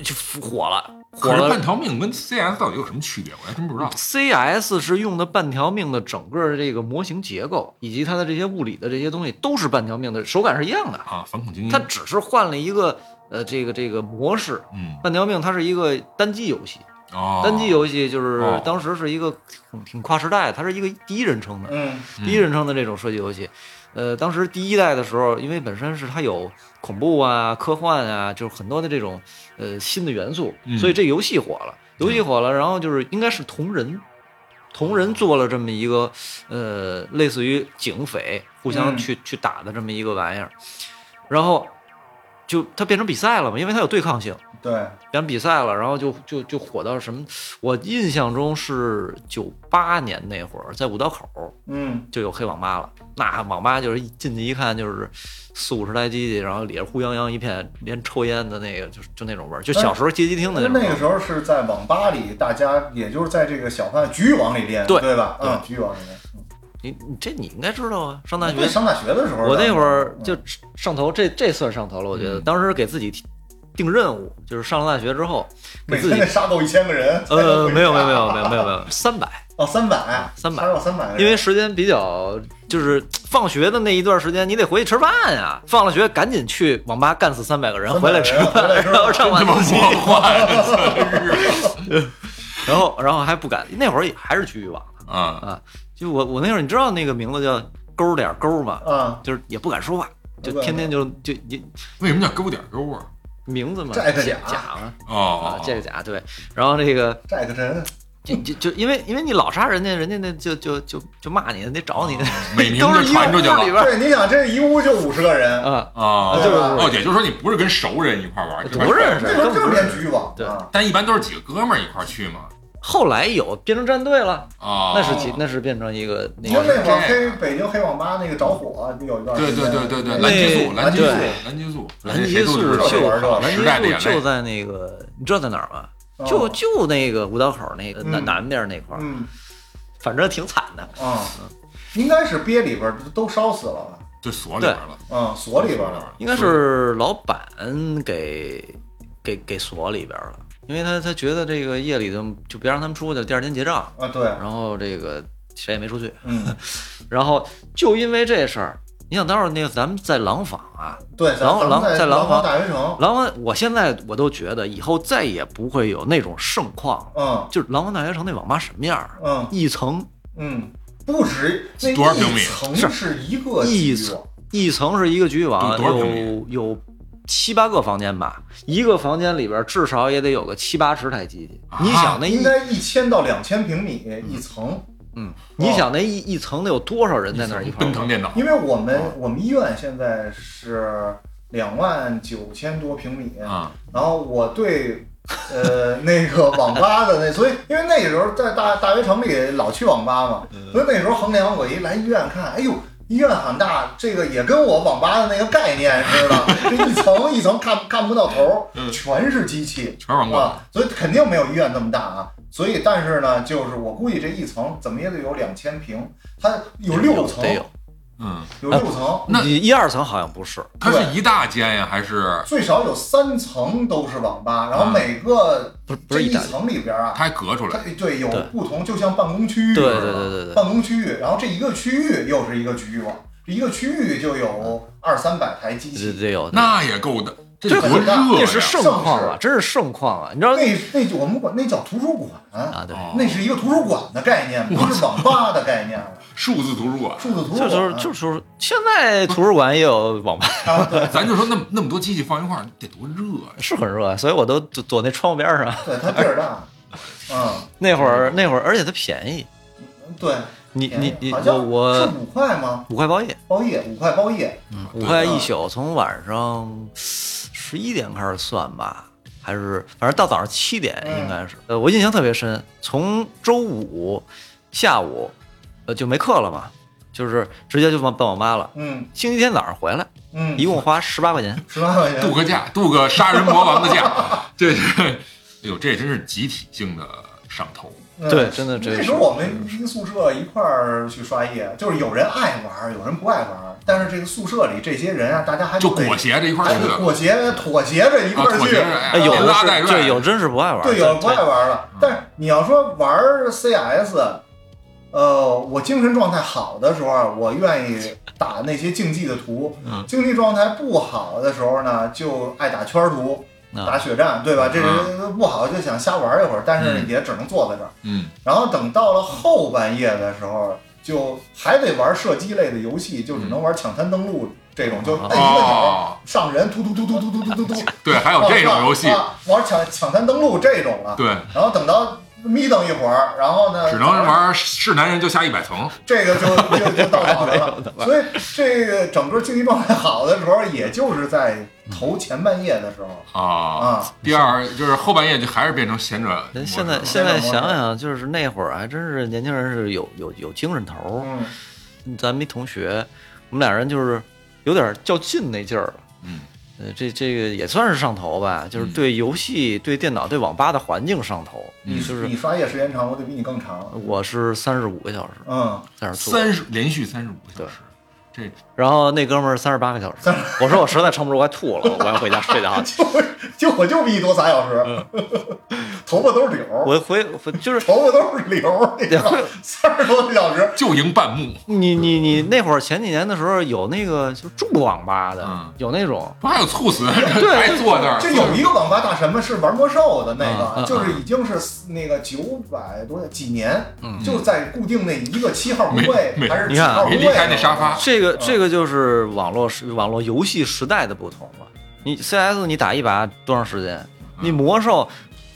就火了，火
可是
了
半。条命跟 CS 到底有什么区别？我还真不知道。
CS 是用的半条命的整个这个模型结构，以及它的这些物理的这些东西，都是半条命的手感是一样的，
啊，反恐精英，
它只是换了一个呃这个这个模式。
嗯
半条命它是一个单机游戏，
哦，
单机游戏就是
哦
当时是一个挺挺跨时代的，它是一个第一人称的，
嗯，
嗯
第一人称的这种射击游戏。呃，当时第一代的时候，因为本身是它有恐怖啊、科幻啊，就是很多的这种呃新的元素，
嗯
所以这游戏火了。游戏火了，然后就是应该是同人，同人做了这么一个呃类似于警匪互相
嗯
去、去打的这么一个玩意儿，然后就它变成比赛了嘛，因为它有对抗性。
对，
两比赛了，然后就就就火到什么？我印象中是九八年那会儿，在五道口
嗯，
就有黑网吧了。那网吧就是一进去一看，就是四五十台机器，然后里边乌泱泱一片，连抽烟的那个就是就那种味儿，就小时候街机厅的
那
那种味
哎那
儿
个。时候是在网吧里，大家也就是在这个小饭局域网里练，
对
对吧？
对
嗯，局域网里练。嗯
你你这你应该知道啊，上大
对
学
上大学的时候，
我那会儿就
嗯
上头，这这算上头了，我觉得
嗯
当时给自己定任务，就是上了大学之后给
每
自
天
己
得杀够一千个人。才能
呃
回
没有没
家
有没有没有没有没有三百。
哦，三百，
300
杀到三百个人，
因为时间比较，就是放学的那一段时间，你得回去吃饭呀。放了学赶紧去网吧干死三百个人，
300
回来吃
人回来
饭，
吃 饭
然后上
这
晚
么
自习，
魔幻，真是
然后然后还不敢。那会儿也还是局域网
啊，
啊，就我我那会儿你知道那个名字叫勾点勾嘛，
啊，
就是也不敢说话，就
不敢
天天就就也
为什么叫勾点勾啊？
名字嘛，
这个
假
假
嘛啊
哦，，
这个 假对。然后这个
寨克真
就就就因为因为你老杀人家，人家那就就就就骂你，得找你，
美名
都
就是
一
传出去
个屋里
了
边儿
对，你想这一屋就五十个人，
啊，
啊，
就是
哦，也就是说你不是跟熟人一块玩，
不认识
那时候就是练局域网
对
啊，
但一般都是几个哥们儿一块儿去嘛，
后来有变成战队了。
啊，
那是其那是变成一个那
因为
个
那会儿
这
黑
样
北京黑网吧那个着火，啊有一段
对
时间
对对对对，
那
蓝激素，
那
蓝激素
对，
蓝激素，
蓝
谁
激
都
素
知
就
道
这玩意儿
蓝
时代的
激
眼
素
泪
就在那个你知道在哪儿吗？
哦
就就那个五道口那个南
嗯
南边那块儿，
嗯
反正挺惨的。
啊，应该是憋里边儿都烧死了吧？
就锁里边了，
啊，锁里边儿了。
应该是老板给给给锁里边了，因为他他觉得这个夜里头就别让他们出去，第二天结账，
啊，对，
然后这个谁也没出去，
嗯，
然后就因为这事儿，你想当时那个咱们在廊坊啊，
对，咱
廊
咱
廊
们
在
在
廊坊
坊大学城，
廊坊，我现在我都觉得以后再也不会有那种盛况了。
嗯
就是廊坊大学城那网吧什么样儿？
嗯
一层
嗯，不止那
多少平米
一层是一个
一
局域
层
网，
一层是一个局域网，
多多少平
有有七八个房间吧，一个房间里边至少也得有个七八十台机器。
啊
你想那
应
一，
该一千到两千平米一层，
嗯，你想那一一层得有多少人在那儿一块
奔
儿
腾？电脑，
因为我
哦
们我们医院现在是两万九千多平米，
啊，
然后我对。呃，那个网吧的那，所以因为那时候在大大学城里老去网吧嘛，
嗯
所以那时候衡量我一来医院看，哎呦，医院很大，这个也跟我网吧的那个概念似的， 这一层一层看看不到头儿，
嗯
全是机器，
全玩
嗯
过，
啊，所以肯定没有医院那么大啊。所以，但是呢，就是我估计这一层怎么也得有两千平，它有六层，
得有。
嗯，
有六层，
那
你一二层好像不是，
它是一大间呀，还是
最少有三层都是网吧，然后
啊
每个
不是不
这
是
一
一大
层里边
它
啊，
还隔出
它
来？
对有
对
不同，就像办公区域
对
似的
对对对对
办公区域，然后这一个区域又是一个局域网，这一个区域就有二三百台机
得
器。
得有。
那也够的，这
这
多
很大
热
那
呀！
是盛况啊，真是盛况啊！你知道
那那我们管那叫图书馆
啊？对，
哦
那是一个图书馆的概念，不是网吧的概念了。
数字图书馆，
数字图
就
书馆
是就是就是现在图书馆也有网吧，
啊，对
咱就说那么那么多机器放一块儿得多热呀！
是很热，啊所以我都躲躲那窗户边儿上。
对，它地儿大，嗯，
那会儿那会儿，而且它便宜，
对，
你你
便宜
你
好
我
像是嗯
我
五块吗？
五块包夜，
包夜五块包夜，
五块
啊
一宿，从晚上十一点开始算吧，还是反正到早上七点
嗯
应该是。呃，我印象特别深，从周五下午，呃就没课了嘛，就是直接就往奔网吧了。
嗯
星期天早上回来，
嗯，
一共花十八块钱。
十八块钱，
度个假，度个 杀人魔王的假，这是，哎呦，这真是集体性的上头。
嗯
对，真的这
那
是
时候我们一个宿舍一块儿去刷夜，就是有人爱玩儿，有人不爱玩儿，但是这个宿舍里这些人啊，大家还
就
得
裹挟着一块
还
儿去
得，妥协妥协着一块
啊，
儿
裹
去
挟，着，哎
哎，有
连
的
拉带
是对，
拽，
有真是不爱玩，嗯
对，有人不爱玩了。但是你要说玩儿 CS，呃，我精神状态好的时候啊，我愿意打那些竞技的图；
嗯
经济状态不好的时候呢，就爱打圈儿图、打
啊，
血战，对吧？这人不好就想瞎玩一会儿，但是
嗯
也只能坐在这儿。
嗯，
然后等到了后半夜的时候，就还得玩射击类的游戏，就只能玩抢滩登陆这种，就摁一个钮
哦，
上人，突突突突突突突突突。
对，还有这种游戏，
啊，玩抢抢滩登陆这种了。
对，
然后等到眯瞪一会儿，然后呢，
只能玩是男人就下一百层，
这个就就就到早上了。所以这个整个竞技状态好的时候，也就是在头前半夜的时候
啊。
啊。
第二就是后半夜就还是变成闲着模
人
式
现
了。
在现在想想，就是那会儿还真是年轻人是有有有精神头儿。
嗯，
咱们一同学，我们俩人就是有点较劲那劲儿。
嗯，
呃，这这个也算是上头吧，就是
嗯
对游戏、对电脑、对网吧的环境上头。
你
就是
你刷夜时间长，我得比你更长。
我是三十五个小时
嗯，
在那儿坐，
三十连续三十五个小时，这
然后那哥们儿三十八个小时。我说我实在撑不住，我快吐了，我要回家 睡觉去。
就 就我就比你多仨小
嗯
时， 头发都是绺儿，
我回回就是
头发都是绺儿，你知道吗， 三十多个小时。
就赢半目，
你你你那会儿前几年的时候有那个就住网吧的，
嗯
有那种
不还有猝死， 还坐那儿，
就有一个网吧大神们是玩魔兽的那
嗯嗯
个，
嗯
就是已经是那个九百多几年
嗯，
就在固定那一个七号
没
位
没
还是
你
几
看啊
号
没
位
离开那沙发
这个
嗯
这个就是网络时网络游戏时代的不同了。你 CS 你打一把多长时
嗯
间？你魔兽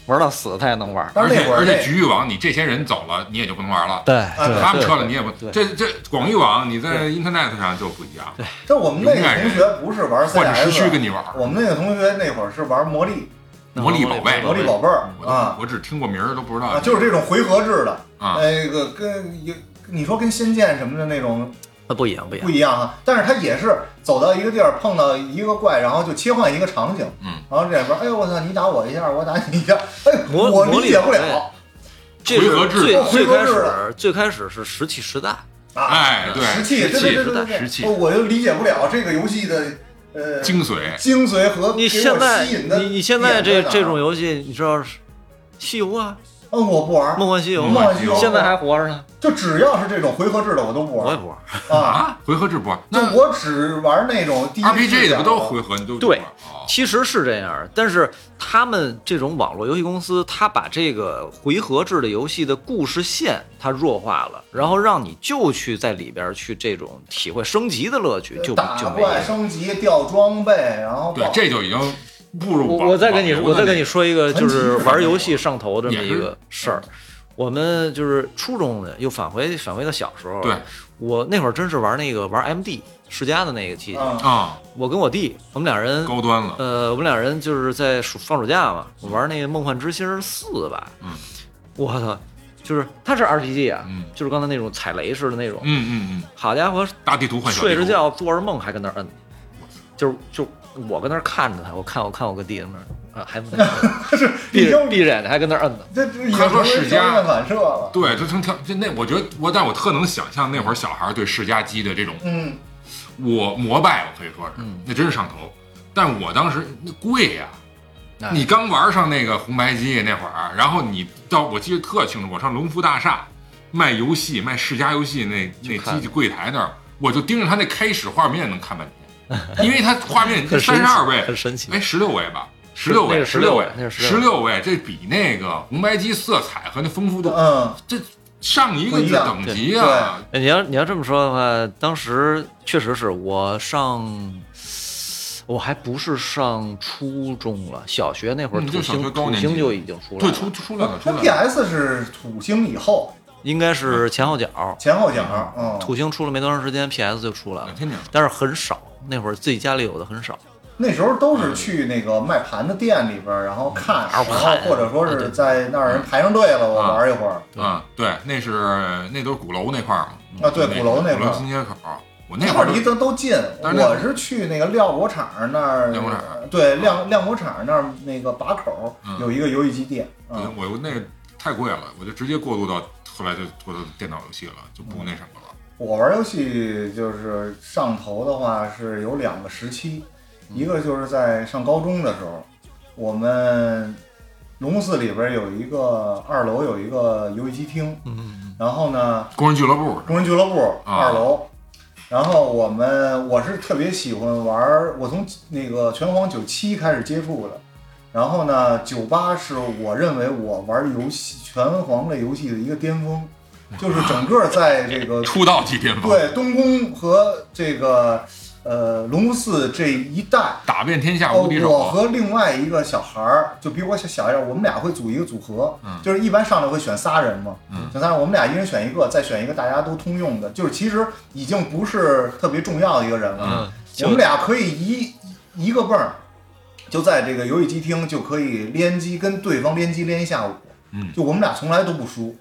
玩到死他也能玩。
但
而
是
且
那会儿
而且
那
局域网你这些人走了，你也就不能玩了。
对，
对
呃他们撤了，你也不
对
这这广域网，你在 Internet 上就不一样，
但我们那个同学不是玩
换着时
CS，
区跟你玩。
我们那个同学那会儿是玩魔力，
魔力宝贝
魔力宝贝儿
哎我都
啊
我只听过名儿都不知道
啊，就是这种回合制的，
啊
那个跟有你说跟仙剑什么的那种
那不一样不一样
不。一样啊，但是它也是走到一个地儿碰到一个怪，然后就切换一个场景，
嗯，
然后这边哎呦我操你打我一下，我打你一下，哎，
魔
我
魔
理
力
解
宝
不
贝
了
这是
回合制
最
哦回
最
合
开
制
始最开始是石器时代，
啊，
哎对
石器，对对对对对，
石器
哦我就理解不了这个游戏的呃
精髓，
精髓和
你
给我
现在
吸引的
你你现在这
点哪儿啊
这种游戏，你知道是西游啊，
嗯我不玩，
梦幻西游啊，
梦幻西游
现在还活着呢，
就只要是这种回合制的我都不
我也
玩
不玩。啊
啊，
啊，回合制播，
就
那
我只玩那种第一
RPG 的不都
视角
回合？你都
对
哦
其实是这样儿，但是他们这种网络游戏公司，他把这个回合制的游戏的故事线它弱化了，然后让你就去在里边儿去这种体会升级的乐趣，就
打
就没意
怪
思。
升级掉装备，然后
对
爆，
这就已经步入
我
网
我再跟你
网游
我再
的
跟你说一个，
传
就
奇
是
是
玩
吧
游戏上头这么
也
一
是
个事儿。我们就是初中的，又返回返回到小时候。
对，
我那会儿真是玩那个玩 MD 世嘉的那个机器，
嗯
那个啊
我跟我弟，我们俩人
高端了，
呃，我们俩人就是在暑放暑假嘛，我玩那个《梦幻之星四》吧。
嗯，
我操，就是它是 RPG 啊，
嗯
就是刚才那种踩雷似的那种。
嗯嗯嗯，
好家伙，
大地图换小地
睡
图
着，觉做着梦还跟那儿摁，就是就我跟那儿看着他，我看我看我跟弟在那儿啊，还不在那儿闭着闭着眼睛还跟那儿摁呢。
这这已经
他说
成为
世家
条件反射了，
对，这成条就那，我觉得我，但我特能想象那会儿小孩对世家机的这种
嗯，
我膜拜，我可以说是，
嗯
那真是上头。但我当时那贵呀、
哎
你刚玩上那个红白机那会儿，然后你到我记得特清楚，我上龙福大厦卖游戏、卖世家游戏那那
看
机器柜台那儿，我就盯着他那开始画面能看半 天，因为他画面
很神
三
奇
十二位，
很神奇
哎，十六位吧。十六
那
位，
是
十六
16
位
位，那是
十
16
六位，这比那个红白机色彩和那丰富度，
嗯，
这上一个
不一样
等级啊！
哎你要你要这么说的话，当时确实是我上，我还不是上初中了，小学那会儿
嗯
土
就小
星
学高
土
年
星
级
就已经出来
对，
了，
出出来
那
了，出来了。
PS 是土星以后
应该是前后脚。
前后脚，嗯，
土星出了没多长时间，PS 就出来了
两，千年了，
但是很少，那会儿自己家里有的很少。
那时候都
嗯
是去那个卖盘的店里边儿，然后看，然后或者说是在那儿人排上队了，我玩一会儿。
嗯啊，对，那是那都是鼓楼那块儿嘛。
啊对鼓楼那
鼓
块儿
楼新街口，我那
那
会
会
儿嗯
儿离
就
得都近，
但是那
我是去那个亮国厂那儿，
亮国厂
对亮亮国厂那儿那个把口
嗯
有一个游戏机店，嗯
我那个太贵了，我就直接过渡到后来就过渡到电脑游戏了，就
嗯
不那什么了。
我玩游戏就是上头的话是有两个时期，
嗯
一个就是在上高中的时候，我们龙宫寺里边有一个二楼有一个游戏机厅，
嗯，
然后呢
工人俱乐部
工人俱乐部
啊
二楼，然后我们我是特别喜欢玩儿，我从那个拳皇九七开始接触的，然后呢九八是我认为我玩游戏拳皇类游戏的一个巅峰，就是整个在这个
出道即巅峰，
对，东宫和这个呃龙福寺这一带，
打遍天下
哦
无敌
我
手。
和另外一个小孩儿，就比我小小一点，我们俩会组一个组合，
嗯
就是一般上来会选仨人嘛，
嗯
选仨人，我们俩一人选一个，再选一个大家都通用的，就是其实已经不是特别重要的一个人了，
嗯
我们俩可以一一个泵儿，就在这个游戏机厅就可以联机，跟对方联机联一下午，
嗯
就我们俩从来都不输，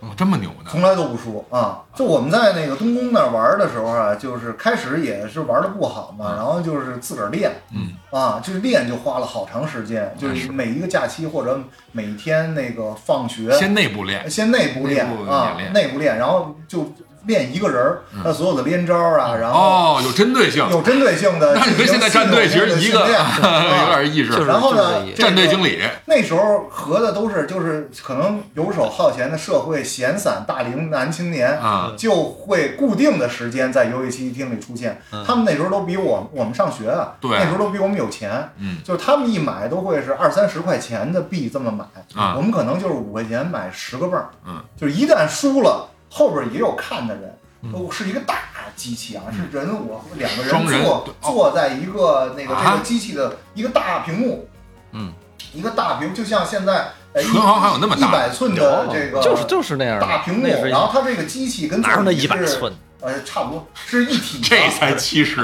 哦，这么牛呢？
从来都不输啊！就我们在那个东宫那儿玩的时候啊，就是开始也是玩的不好嘛，然后就是自个儿练
嗯
啊，就是练就花了好长时间，就是每一个假期或者每天那个放学
先内部练，
先内部练
内部
啊
也，练嗯
内部练，然后就练一个人儿，他所有的连招啊，然后
哦，有针对性，
有针对性的
那
进
你
行
跟
系
现
统
在
的训练。啊
战队其实一个 有点意
就是
识，
然后呢
就是
战队经理
那时候合的都是就是可能游手好闲的社会闲散大龄男青年
啊，
就会固定的时间在游戏机厅里出现。他们那时候都比我我们上学啊，
嗯对
那时候都比我们有钱，
嗯
就是他们一买都会是二三十块钱的币这么买，
啊
我们可能就是五块钱买十个泵，
嗯，
就是一旦输了，后边也有看的人。都是一个大机器啊，是人我两个
嗯双人
坐
对哦
坐在一个那个这
啊
个机器的一个大屏幕，
嗯，
一个大屏，就像现在哎
群豪还有那么大
一百寸的这个
哦就是就是那样的
大屏幕，
那是一
然后它这个机器跟
哪有那一百
座椅是
寸？
呃，差不多是一体的，
这才七十，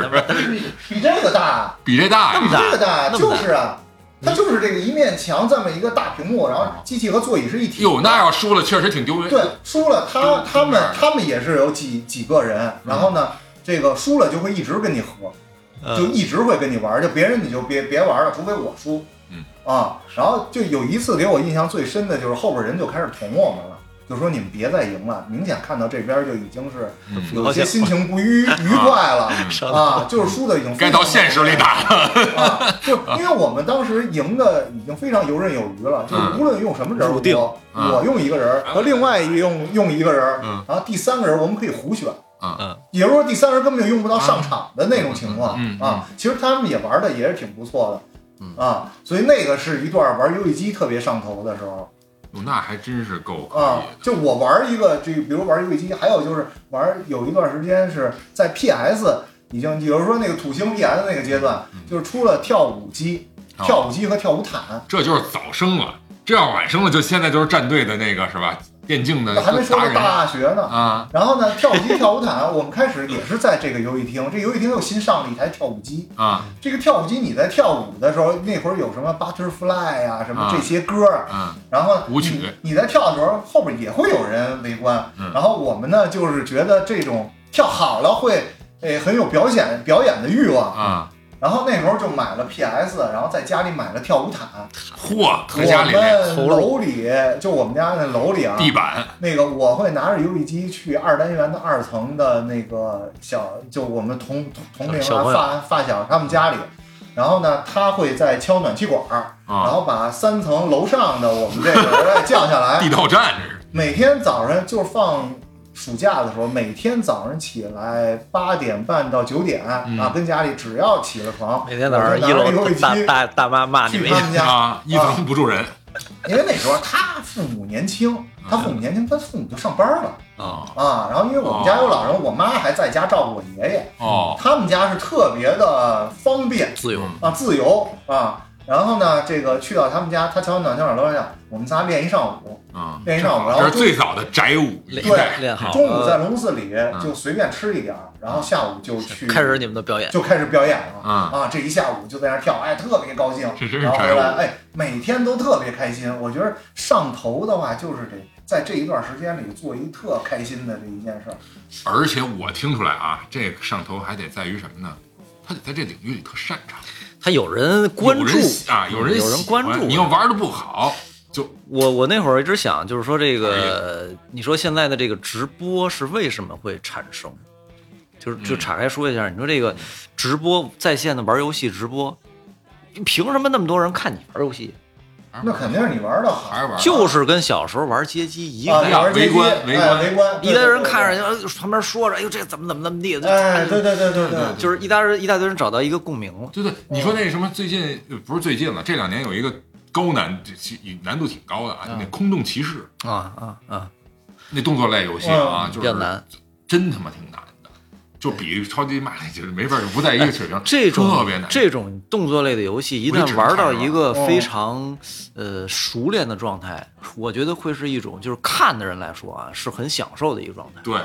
比这个大，
比这大
比
呀！
这个大，
那么
就
大
是啊，它就是这个一面墙这么一个大屏幕，然后机器和座椅是一体的。
哟，那要输了确实挺丢人。
对，输了他
中
他
中
们
间
他们也是有几几个人，然后呢，这个输了就会一直跟你合，就一直会跟你玩儿，就别人你就别别玩了，除非我输。
嗯
啊，然后就有一次给我印象最深的就是后边人就开始捅我们了。就说你们别再赢了，明显看到这边就已经是
嗯
有些心情 不愉愉快了
嗯
啊，就是输的已经非
啊该
常
到现实里打了。
啊，就因为我们当时赢的已经非常游刃有余了，就
嗯
是无论用什么人，
入定
我
嗯
我用一个人儿和另外一个用用一个人儿
嗯，
然后第三个人我们可以胡选
嗯
嗯。
也就是说，第三人根本就用不到上场的那种情况
嗯嗯嗯
啊。其实他们也玩的也是挺不错
嗯
的啊，所以那个是一段玩游戏机特别上头的时候
哟那还真是够可
啊
以的。。
就我玩一个，这比如玩游戏机，还有就是玩有一段时间是在 PS 已经，比如说那个土星 PS 那个阶段，就是出了跳舞机，
嗯哦
跳舞机和跳舞毯，
这就是早生了，这要晚生了，就现在就是战队的那个是吧？电竞的
还没说
呃达
到
人
大学呢。
啊，
然后呢，跳舞机、跳舞毯， 我们开始也是在这个游戏厅，这游戏厅又新上了一台跳舞机。
啊
这个跳舞机你在跳舞的时候，那会儿有什么 Butterfly 啊，什么这些歌儿，
啊，
然后
舞曲
你你在跳的时候，后边也会有人围观。
嗯
然后我们呢，就是觉得这种跳好了会，诶、很有表演表演的欲望。
啊！
然后那时候就买了 PS，然后在家里买了跳舞毯。
嚯，
我
和家里那
们楼里就我们家那楼里啊，
地板
那个我会拿着游戏机去二单元的二层的那个小，就我们同同龄
小
啊
朋友
发发小他们家里，然后呢，他会再敲暖气管儿，然
啊，
后把三层楼上的我们这个人给降下
地
来。
道战这是
每天早上就是放暑假的时候，每天早上起来八点半到九点
嗯
啊，跟家里只要起了床，
每天早上
我
一
就拿着
楼
游戏
大
机
大大妈骂你
去
们
他们家
啊，一层不住人
因为那时候他父母年轻，
嗯
他父母年轻，他父母就上班了
哦
啊
啊。然后因为我们家有老人，我妈还在家照顾我爷爷，
哦，
他们家是特别的方便
自由，
啊，自由啊。然后呢，这个去到他们家，他敲暖气管楼下，我们仨练一上午，
啊，
练一上午，然
这
后
是最早的宅舞一
练
代，啊
练好，
中午在
呃
龙寺里就随便吃一点儿，然后下午就去
开始你们的表演，
嗯就开始表演了
啊
这一下午就在那儿跳，哎，特别高兴。
这真是
然后
宅
回
舞
来，哎，每天都特别开心。我觉得上头的话，就是得在这一段时间里做一特开心的这一件事儿。
而且我听出来啊，这个上头还得在于什么呢？他得在这领域里特擅长，
他有人关
有
注
人喜啊，
有
人有
关注，
你要玩的不好，就
我我那会儿一直想，就是说这个，你说现在的这个直播是为什么会产生？就是就岔开说一下，你说这个直播在线的玩游戏直播，凭什么那么多人看你玩游戏？
那肯定是你玩的好
还。
啊
是玩儿啊
就是跟小时候玩街机一
啊，
个
你
样。
玩
围观
围
围观
哎围观，
一堆人看
着，
着，呃旁边说着，哎呦，这怎么怎么怎么地，
哎，对对对对对，
就是一大人一大堆人找到一个共鸣了。
对对，你说那什么最近呃不是最近了，这两年有一个高难难度挺高的啊，
嗯
就那空洞骑士
啊啊啊！
那动作类游戏啊，就
嗯比
是
较难，
真他妈挺难的，就比超级玛丽就是没法儿不在一个水平，
哎这种
特别难。
这种动作类的游戏，一
我一
旦
直
玩
看
到
着
一个
玩
非常呃熟练的状态，我觉得会是一种就是看的人来说啊，是很享受的一个状态。
对，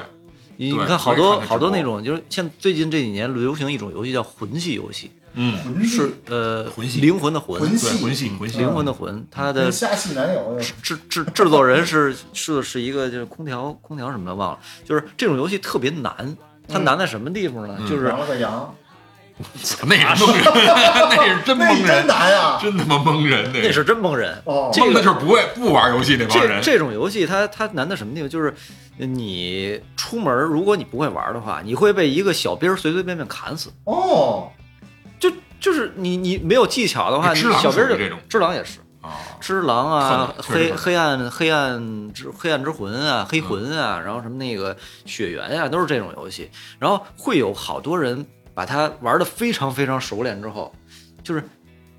你
对
你看好
我也看
多
他直播
好多那种，就是像最近这几年流行一种游戏叫魂系游戏，
嗯，
是呃
魂系
灵魂的魂，
魂系
对，魂系嗯魂系
灵魂的魂，它的
跟虾戏男友
制制制制作人是是是一个就是空调空调什么的忘了，就是这种游戏特别难，
嗯
它难在什么地方呢？就
就是了个羊，
那也是蒙人， 那也是真
那
蒙
你
人
真，难啊！
真他妈蒙人，那
那是真蒙人。
哦，
这
蒙的
个
就是不会不玩游戏那帮
这
人。
这种游戏它它难在什么地方？就是呃你出门如果你不会玩的话，你会被一个小兵随随便便砍死。
哦，
就就是你你没有技巧的话，你
只狼
小兵
属
就
于这种
只狼也是。
啊，
只狼啊，
特别
黑黑暗黑暗之黑暗之魂啊，黑魂啊，然后什么那个血缘呀、都是这种游戏。然后会有好多人把它玩的非常非常熟练之后，就是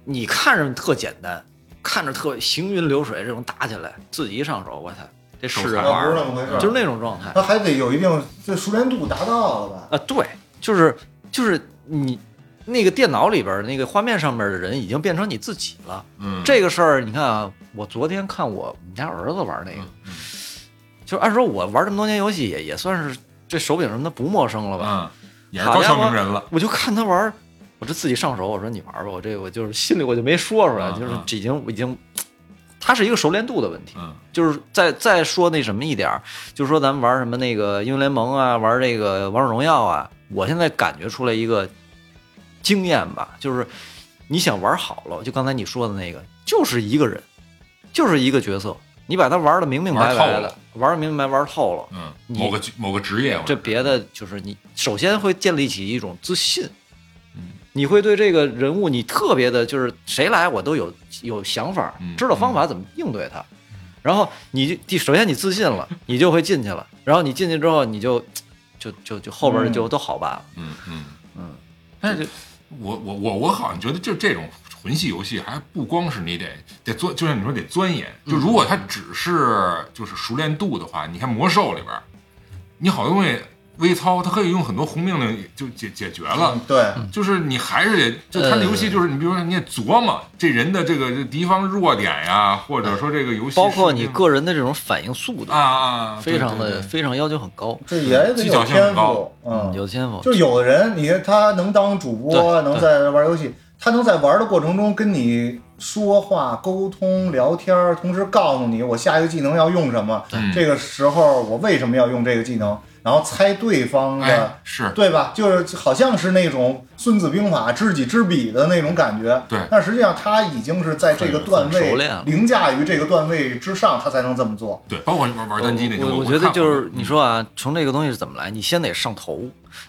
你看着特简单，看着特行云流水，这种打起来自己一上手，我操，这是人
那
玩
不是
儿的，
那么回事
那
儿，
就是那种状态
他还得有一定这熟练度达到了吧？
啊，对，就是就是你那个电脑里边儿那个画面上面的人已经变成你自己了。
嗯，
这个事儿，你看啊，我昨天看我我们家儿子玩
嗯
那个，就是按说我玩这么多年游戏也也算是这手柄什么的不陌生了吧？
嗯，也是高桥名人了。
我就看他玩儿，我就自己上手，我说你玩儿吧，我这我就是心里我就没说出来，
嗯
就是
嗯
已经已经，它是一个熟练度的问题，
嗯，
就是再再说那什么一点儿，就是说咱们玩什么那个英雄联盟啊，玩这个王者荣耀啊，我现在感觉出来一个经验吧，就是你想玩好了，就刚才你说的那个，就是一个人，就是一个角色，你把它玩的明明白白
玩透
的
了，
玩的明白，玩透了，
嗯，
你
某个职某个职业，我
这别的就是你首先会建立起一种自信，你会对这个人物你特别的，就是谁来我都有有想法
嗯，
知道方法怎么应对他。然后你就第首先你自信了，你就会进去了。然后你进去之后，你就就就就后边就都好办了。
嗯嗯
嗯，
但是我我我我好像觉得就这种魂系游戏，还不光是你得得钻，就像你说得钻研。就如果它
嗯
只是就是熟练度的话，你看魔兽里边儿，你好多东西微操，它可以用很多红命令就解解决了。
嗯，对，
就是你还是得，就它的游戏就是你，比如说你也琢磨这人的这个这敌方弱点呀，或者说这个游戏
包括你
设定
个人的这种反应速度
啊，啊，
非常
对
的
对对
非常要求很高，
这也得
技
有
巧性
天
很高
赋，
嗯，有
嗯，
天赋。
就是有的人，你看他能当主播，
对
能在玩游戏，他能在玩的过程中跟你说话、沟通、聊天儿，同时告诉你我下一个技能要用什么，这个时候我为什么要用这个技能，然后猜对方的
哎，
啊
是
对吧？就是好像是那种《孙子兵法》知己知彼的那种感觉。
对
但实际上他已经是在这个段
很
位
熟练了
凌驾于这个段位之上，他才能这么做。
对，包括玩玩单机那些，
我
我
觉得
看嗯
就是
过
你说啊，从这个东西是怎么来？你先得上头，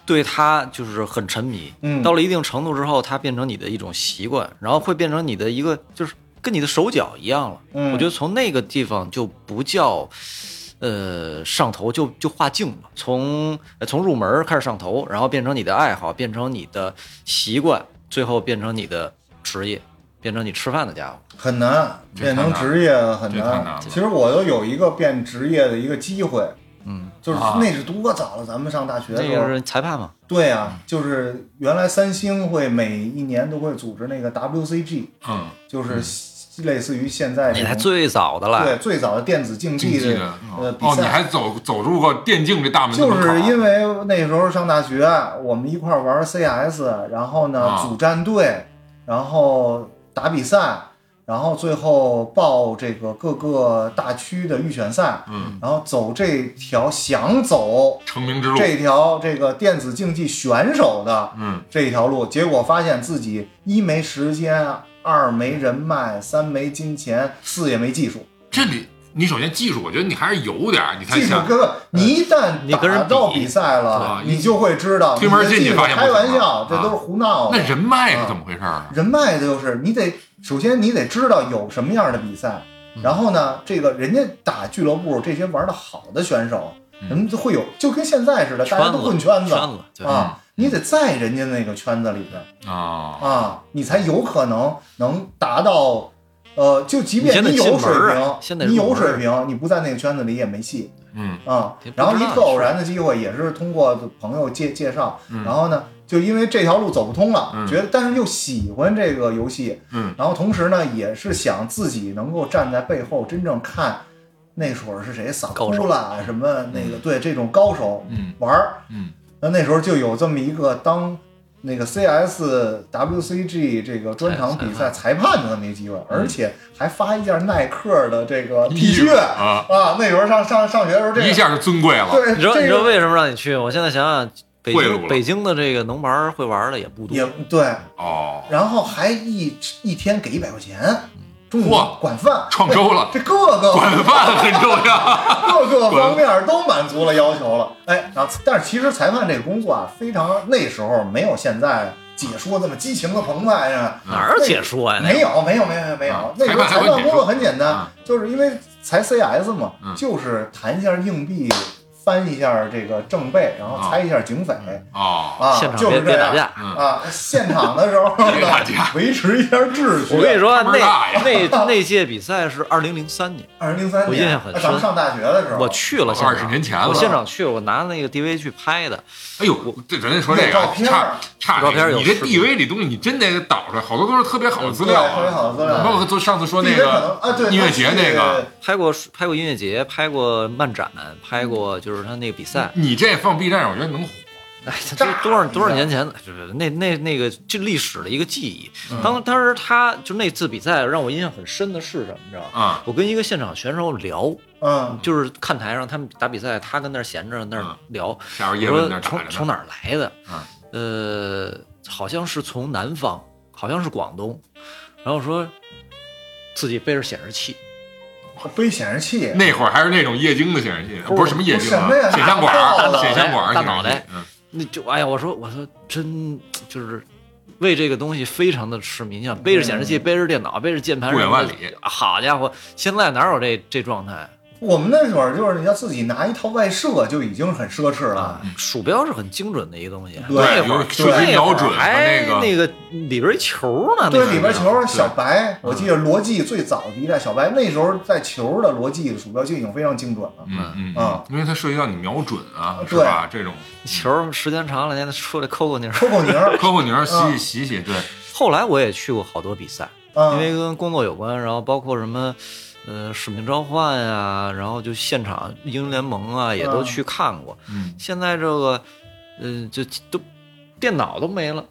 对它就是很沉迷，
嗯
到了一定程度之后，它变成你的一种习惯，然后会变成你的一个就是跟你的手脚一样了。
嗯
我觉得从那个地方就不叫。呃，上头就就画境了，从呃从入门开始上头，然后变成你的爱好，变成你的习惯，最后变成你的职业，变成你吃饭的家伙。
很难
这
变
太
成
难
职业，很
这太难了
其实我都有一个变职业的一个机会，
嗯，
就是
啊
那是多早了，咱们上大学的
这
时候
个。是裁判嘛？
对啊，就是原来三星会每一年都会组织那个 WCG，
嗯，
就是类似于现在这
那还
种
最早的了。
嗯对最早的电子竞
竞
技
技
的
的
呃
嗯
比
哦，你
赛。
还走走入过电竞这大门的
就
门口啊
是
儿，
因为那时候上大学，我们一块儿玩 CS，然后呢
啊
组战队，然后打比赛，然后最后报这个各个大区的预选赛，
嗯，
然后走这条想走
成名之路，
这条这个电子竞技选手的
嗯，
这条路，结果发现自己一没时间，二没人脉，三没金钱，四也没技术，
这里你首先技术，我觉得你还是有点儿，你才
技术
像
哥哥，你一旦
你跟人
打到
比
比赛了，
对
你就会知道，
推门进去
你的技术
发现不
开玩
行了
笑，这
啊
都是胡闹的。
那人脉是怎么回事儿啊？
人脉的就是你得首先你得知道有什么样的比赛，
嗯
然后呢，这个人家打俱乐部这些玩的好的选手，
嗯
人家会有就跟现在似的，大家
圈
都
子
混圈子
圈子，对，
嗯
啊，你得在人家那个圈子里边
啊，
啊，你才有可能能达到。呃，就即便
你先得
你有
进
水
门儿啊
平，
先得入
你有
门儿
水平，你不在那个圈子里也没戏。
嗯
啊
也，不
然后
知
一
道
特偶
是
然的机会，也是通过朋友介介绍，
嗯
然后呢，就因为这条路走不通了，
嗯
觉得但是又喜欢这个游戏，
嗯
然后同时呢，也是想自己能够站在背后真正看那会儿是谁扫
高手
哭啦什么那个对这种高手
嗯
玩儿，
嗯
那那时候就有这么一个当。那个 CS WCG 这个专场比赛裁判的那么一机会，而且还发一件耐克的这个 T
衣
恤
服啊
啊！那时候上上上学的时候，这个
一下就尊贵了，
对，
你知道
这
你知道
个
为什么让你去吗？我现在想想，北
贿赂了
京
嗯
北京的这个能玩儿会玩儿的也不
也
多，
对，
哦，
然后还一一天给一百块钱，中午
嚯
管饭，
创收了，
这各个
管饭很重要。
各个方面都满足了要求了。哎，然后但是其实裁判这个工作啊，非常那时候没有现在解说那么激情的澎湃啊，
哪儿有解说呀？那个
没有没有没有没有没
哎啊
有，那时候
裁判还
裁
会
判
解
工
说
作很简单
啊，
就是因为裁 CS 嘛
嗯，
就是弹一下硬币，翻一下这个正背，然后
啊
猜一下警匪。
哦，
啊
现，场
就
别
是这
别打
样
架
嗯
啊！现场的 时候呢
别打架
维持一下秩序。
我跟你说，
门儿大呀
那那那届比赛是二零零三 年，
二零零三年，啊
我印象很深
咱们上大学的时候，
我去了现场，
20年前了
我现场去，我拿那个 DV 去拍的，
哎呦，这人家说这
有
个啊
照片
差
儿
差
照片
这
有
个你这
视频
DV 里东西，你真得导出来，好多都是特别好的资料
嗯对特别
啊，
好的资料
包括就上次说那
地位可能
个
啊，对，
音乐节那个，
拍过拍过音乐节，拍过漫展，拍
嗯
过就是他那个比赛。
你这放 B 站上，我觉得能火。
哎，这
炸
多少
一下
多少年前的，就是那那那个这历史的一个记忆。
嗯
当当时他就那次比赛让我印象很深的是什么，你知道吗？
啊
我跟一个现场选手聊，
嗯，
就是看台上他们打比赛，他跟那儿闲着那儿
嗯
聊，
下边
我
叶问
说
那儿
从
打着
从
呢，啊
哪儿来的？呃，好像是从南方，好像是广东，然后说自己背着显示器，
背显示器，
那会儿还是那种液晶的显示器，
不是
不是什么液晶啊
不是什么，呀
显像管
大
儿，
脑袋
显像管儿，
大脑袋
显示器，嗯
那就哎呀，我说我说真就是为这个东西非常的痴迷，你想背着显示器，背着电脑，背着键盘
嗯不
什
远
么的，
万里
好家伙，现在哪有这这状态？
我们那会儿就是你要自己拿一套外设就已经很奢侈
嗯
了，
鼠标是很精准的一个东西，
对
那会
有
儿
瞬间
那
瞄
会
准
儿
和
还
那个
那个里边一球呢，
对
那，
里边
是
球小
嗯
白，我记得罗技最早的一代小白，那时候在球的罗技鼠标就已经非常精准了，
嗯嗯嗯
啊，
因为它涉及到你瞄准啊，
对
是吧？这种
球时间长了，人家出来抠抠你。
扣扣泥儿，
科普宁洗
啊
洗洗，对，
后来我也去过好多比赛，因为
嗯，
跟工作有关，然后包括什么，呃，使命召唤呀、然后就现场英雄联盟啊，也都去看过。
嗯，
现在这个，呃，就都电脑都没了，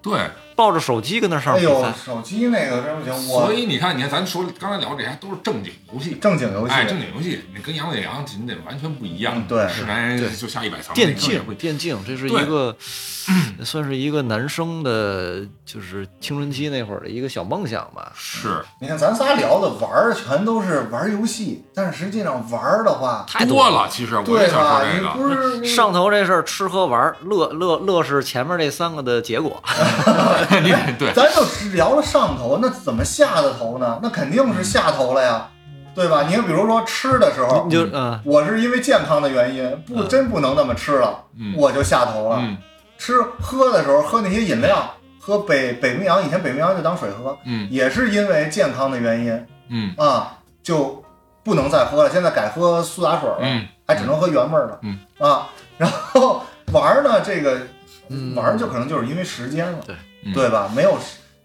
对，
抱着手机跟那上
哎
比
呦
赛，，
手机那个真不行，我
所以你看，你看咱说刚才聊这些都是正经游戏，
正经游戏
哎，正经游戏，你跟杨伟良你得完全不一样
嗯，对
是男人就下一百层，
电
那个也不
竞，电竞，这是一个，算是一个男生的，就是青春期那会儿的一个小梦想吧。
是
你看咱仨聊的玩儿全都是玩儿游戏，但是实际上玩儿的话，
太
多
多
了。其实我
对
也想
吧
说？这
你不
个，
是
上头这事儿，吃喝玩儿乐乐乐是前面这三个的结果。
你 对，
哎咱就只聊了上头，那怎么下的头呢？那肯定是下头了呀，
嗯
对吧？你比如说吃的时候
你，就嗯，
我是因为健康的原因，不真不能那么吃了，
嗯
我就下头了。
嗯
吃喝的时候喝那些饮料，喝北北冰洋，以前北冰洋就当水喝，
嗯
也是因为健康的原因
嗯
啊，就不能再喝了。现在改喝苏打水了，
嗯
还只能喝原味儿的，
嗯
啊，然后玩儿呢，这个玩儿就可能就是因为时间了，
对
嗯
对吧？没有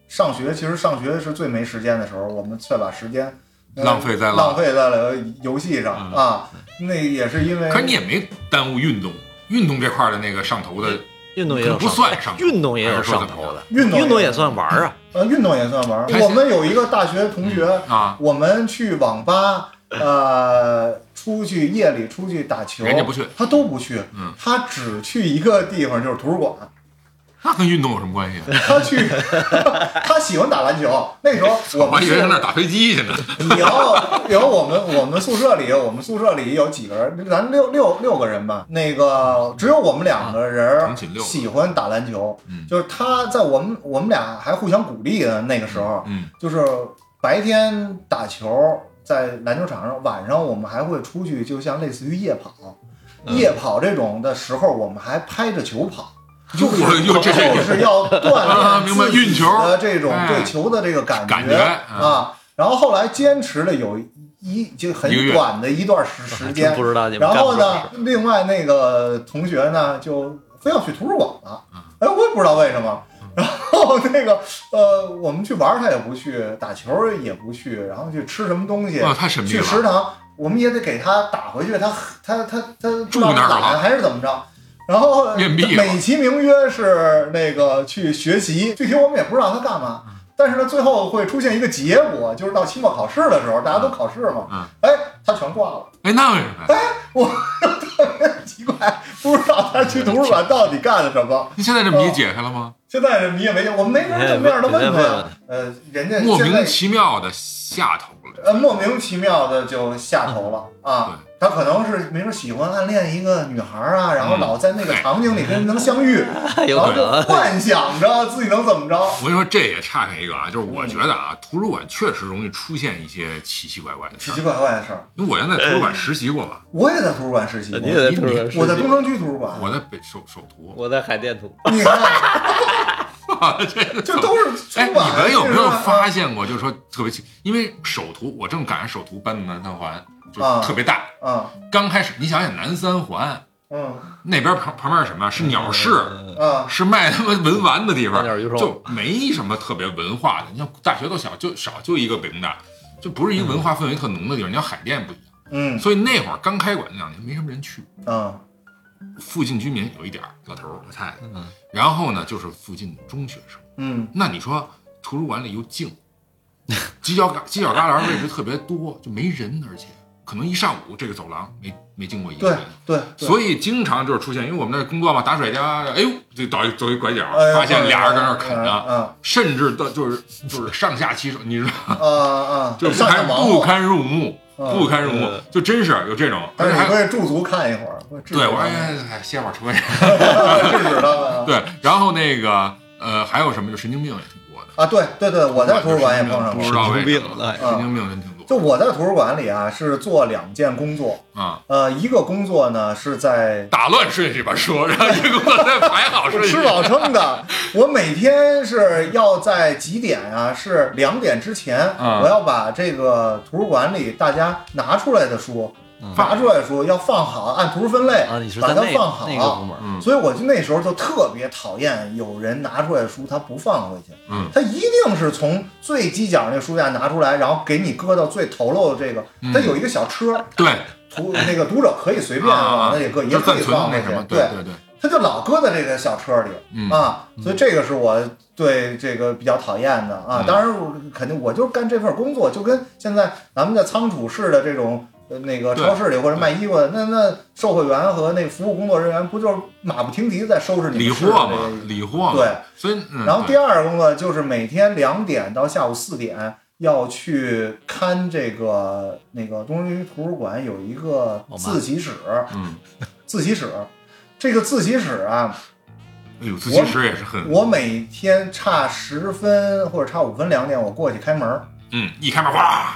上学，其实上学是最没时间的时候，我们却把时间呃
浪费在了
浪费在了游戏上
嗯
啊。那也是因为，
可是你也没耽误运动，运动这块儿的那个上头的，
运动也有
不
上头
算上头
运动也有
还
上
是说
头
得
的，
运动也
运动也算玩儿啊。
呃，运动也算玩儿
开。心
我们有一个大学同学
啊，
我们去网吧，呃，出去夜里出去打球，
人家不去
他都不去，
嗯
他只去一个地方，就是图书馆。
那跟运动有什么关系啊？
他去， 他喜欢打篮球。那 时候我
我
们
还以
宿
为上 那儿打飞机去呢。
你要有我们我们宿舍里，我们宿舍里有几个人，咱六六六个人吧。那个只有我们两个人
啊
儿
整寝六个
喜欢打篮球，
嗯
就是他在我们我们俩还互相鼓励的那个时候，
嗯，
就是白天打球在篮球场上，晚上我们还会出去，就像类似于夜跑，
嗯
夜跑这种的时候，我们还拍着球跑。 就
我
是
又这
就是要
啊
锻炼
明白
自己
运球
的这种
哎
对球的这个感
感觉
觉
啊
啊。然后后来坚持了有一就很
一个月
短的一段时时
真
间
不，知道你们
嗯然
干
后
过这
呢
事，
另外那个同学呢，就非要去图书馆了。
嗯
哎，我也不知道为什么。然后那个呃，我们去玩儿他也不去，打球儿也不去，然后去吃什么东西，
哇，太神秘
去
了。
食堂，我们也得给他打回去。他他他他
住那儿了
懒还是怎么着？然后
面壁了
美其名曰是那个去学习，具体我们也不知道他干嘛。
嗯
但是呢，最后会出现一个结果，就是到期末考试的时候，大家都考试嘛，
嗯
哎，他全挂了。
哎，那为什么呀？
奇怪，不知道他去图书馆到底干了什么。
那现在这谜解开了吗？
现在这谜也没有，我们没法
哎
正面的问他呀。呃，人家
莫
现在
名其妙的下头了。
呃莫名其妙的就下头了
嗯
啊。他可能是没准喜欢暗恋一个女孩啊，然后
嗯
老在那个场景里跟人能相遇，
有
哎
然后
可
就
能。
幻想着自己能怎么着。
我跟你说，这也差开一个啊，就是我觉得啊，图书馆确实容易出现一些奇奇怪怪的事
奇
儿
奇。怪怪哎的事儿，
因为我原来在图书馆实习过嘛，
我也在图书馆实习过
你。也在图书馆实习
我在东城区图书馆，
我在北首首图。
我在海淀图，
你看，就都是
哎，
图书
你
馆。
们有没有发
现？
现过，就是说特别奇，因为首图我正赶上首图搬到南三环，就
啊
特别大。
嗯
刚开始你想想南三环
嗯
那边旁旁边是什么？是鸟市。
啊
是卖他妈文玩的地
卖
方
点儿鱼，肉
就没什么特别文化的。你像大学都小，就少就一个北工大，就不是一个文化氛围特浓的地方。你像海淀不一样，
嗯
所以那会儿刚开馆那两年没什么人去，
嗯
附近居民有一点儿老头儿老太太
嗯，
然后呢就是附近的中学生。
嗯
那你说图书馆里又静，犄角旮犄角旮旯位置特别多，就没人，而且可能一上午这个走廊没没经过一个
对
人。
对，对
所以经常就是出现，因为我们那工作嘛，打水去啊，哎呦，就倒一走一拐角
哎，呦
发现俩人在那儿啃
嗯嗯
着，甚至到就是就是上下其手，你知道吗，
啊啊，
就是不
上下
堪
忙
不
活。
堪入目，
嗯
不堪入目，就真是有这种，而
但
且
是你
还
会驻足看一会儿，会制止
对我
他
哎
们
哎哎歇会儿车去，
制止他们啊。
对，然后那个呃还有什么就神经病也挺多的，
啊，对对对，我在图书馆也碰上
不
过
知。道为什
神经病哎
么
了
神经病人挺多
就我在图书馆里啊，是做两件工作，
啊，
呃，一个工作呢 是在
打乱顺序吧说，然后一个个再排好顺序
吃，饱撑的，我每天是要在几点啊？是两点之前，
嗯
我要把这个图书馆里大家拿出来的书，
嗯
拿出来的书要放好，按图书分类，
啊，你是
哎把
在
它
那
放好。啊
那个部门，
嗯
所以我就那时候就特别讨厌有人拿出来的书他不放回去，
嗯，
他一定是从最犄角那书架拿出来，然后给你搁到最头漏的这个，
嗯
他有一个小车，
对，
读那个读者可以随便
啊
往那里搁，也
就
可
暂
以
存
放回
那
去
什么，，
对，
对对，
他就老搁在这个小车里
嗯
啊，所以这个是我对这个比较讨厌的啊
嗯。
当然，我肯定我就是干这份工作，就跟现在咱们在仓储式的这种。呃那个
对
超市里或者卖衣服的，那那售货员和那服务工作人员不就是马不停蹄的在收拾你
理
们市
货
的这
嘛
个？
理货嘛，
对，
所以嗯，
然后第
对
二个工作就是每天两点到下午四点要去看这个那个东城区图书馆有一个
哦妈
自习室，
嗯，
自习室，这个自习室啊，
哎呦，自习室也是很，
我每天差十分或者差五分两点，我过去开门儿。
嗯，一开门哇，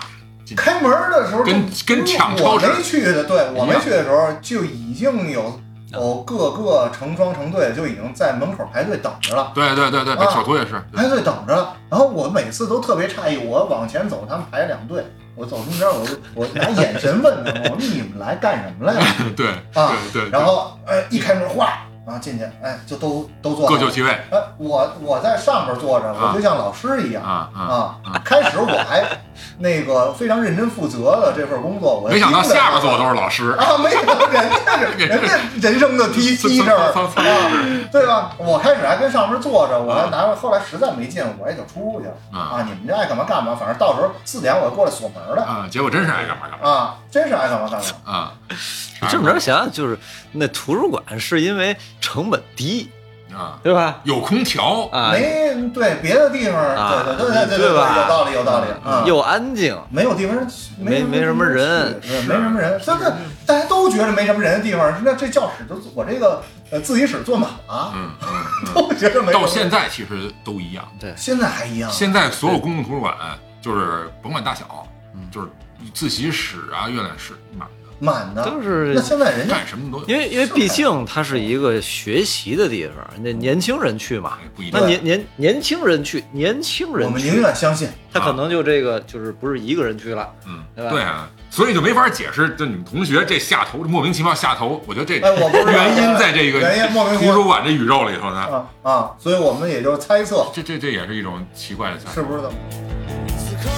开门儿的时候就
跟跟抢超市
我没去的，对我
一
没
样啊
去的时候就已经有有各个成双成对的就已经在门口排队等着了。
对对对对，
啊
小图也是，
排队等着了。然后我每次都特别诧异，我往前走，他们排两队，我走中间，我我拿眼神问他们，我说你们来干什么来了？
对对
啊
对对，
然后哎，一开门，哗，然后进去，哎，就都都坐好
各
了
就其位
哎，我我在上边坐着，
啊
我就像老师一样
啊啊，
啊。开始我还那个非常认真负责的这份工作，我
没想到
盯着
下边坐的都是老师，
啊，没想到人家 是人家人生的第一第一事儿
蹭蹭蹭蹭
啊，对吧？我开始还跟上面坐着，我还拿着，后来实在没劲，我也就出去了
啊
啊。你们这爱干嘛干嘛，反正到时候四点我就过来锁门了
啊，结果真是爱干嘛干嘛
啊，真是爱干嘛干嘛。
啊，
你这么着想想，就是那图书馆是因为成本低，
啊啊，
对吧？
有空调，
啊，
没对别的地方，
啊
对对对对
对吧
有道理有道理
嗯
啊，
又安静，
没有地方
没
没
没什么人
去对没什么人，真的大家都觉得没什么人的地方，那这教室都我这个呃自习室坐满了，
嗯嗯，
都觉得没什么
到
人
现在其实都一
啊
样。
现在还一样，
现在所有公共图书馆就是甭管大小，
嗯
就是自习室啊、阅览室满的，
满的，
就是
那现在人家
干什么都有。
因为因为毕竟它是一个学习的地方，那年轻人去嘛
哎不一，定
那年年年轻人去，年轻
我
人
们宁
去，
愿相信，
他可能就这个就是不是一个人去了，
嗯，
对吧
对啊，所以就没法解释，就你们同学这下头莫名其妙下头，我觉得这
哎我不知道
原因在这个
原因莫名其
图
妙
书馆这宇宙里头呢，
啊啊，所以我们也就猜测
这这这也是一种奇怪的下头，
是不是的。
此刻，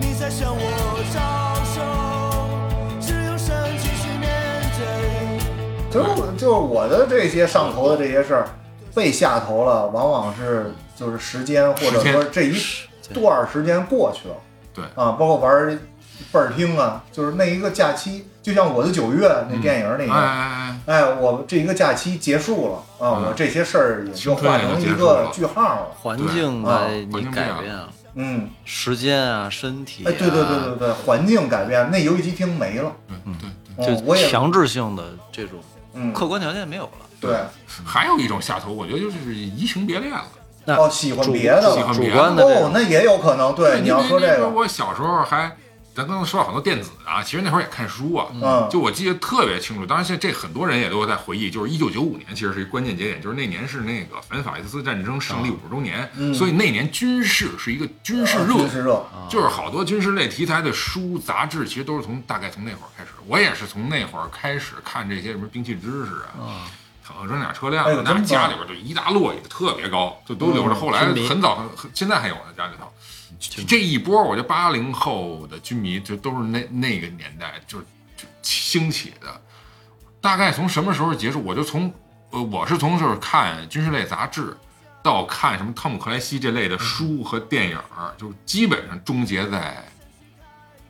你在向我招手，只用身体去面对。
就是我就是我的这些上头的这些事儿，被下头了，往往是就是时间或者
时间
说这一段儿时间过去了，
对
啊，包括玩儿倍儿听啊，就是那一个假期，就像我的九月那电影那
哎
样，
哎哎，
哎，我这一个假期结束了啊，
嗯
我这些事儿也就
青春
画
也就
成一
结束
个
了
句号了，
环
对
境
啊
的
环
你
境
改
变
变了，
嗯，
时间啊，身体啊，
哎，对对对对对，环境改变，那游戏机厅没了，
对哎对对。
嗯，
就
我也
强制性的这种
嗯，
客观条件没有了。
对，
还有一种下头，我觉得就是移情别恋了。
那
哦，喜欢
主
别的
喜
了
欢，
主
别的
观的这
哦，
种，
那也有可能，对，你要说这
因为
个。
我小时候还，咱刚才说了很多电子啊，其实那会儿也看书啊。
嗯
就我记得特别清楚，当然现在这很多人也都在回忆，就是一九九五年其实是一关键节点，就是那年是那个反法西斯战争胜利五十周年，
嗯啊
所以那年军事是一个军事热，
军事热，
就是好多军事类题材的书、杂志，其实都是从大概从那会儿开始。我也是从那会儿开始看这些什么兵器知识啊，坦克装甲车辆
哎呦
啊，
真
拿
棒嗯
家里边就一大摞，也特别高，就都留着。后来
军迷
很早，很很现在还有呢，家里头。这一波，我觉得八零后的军迷就都是那那个年代就是就兴起的。大概从什么时候结束？我就从呃，我是从就是看军事类杂志，到看什么汤姆克莱西这类的
嗯
书和电影儿，就是基本上终结在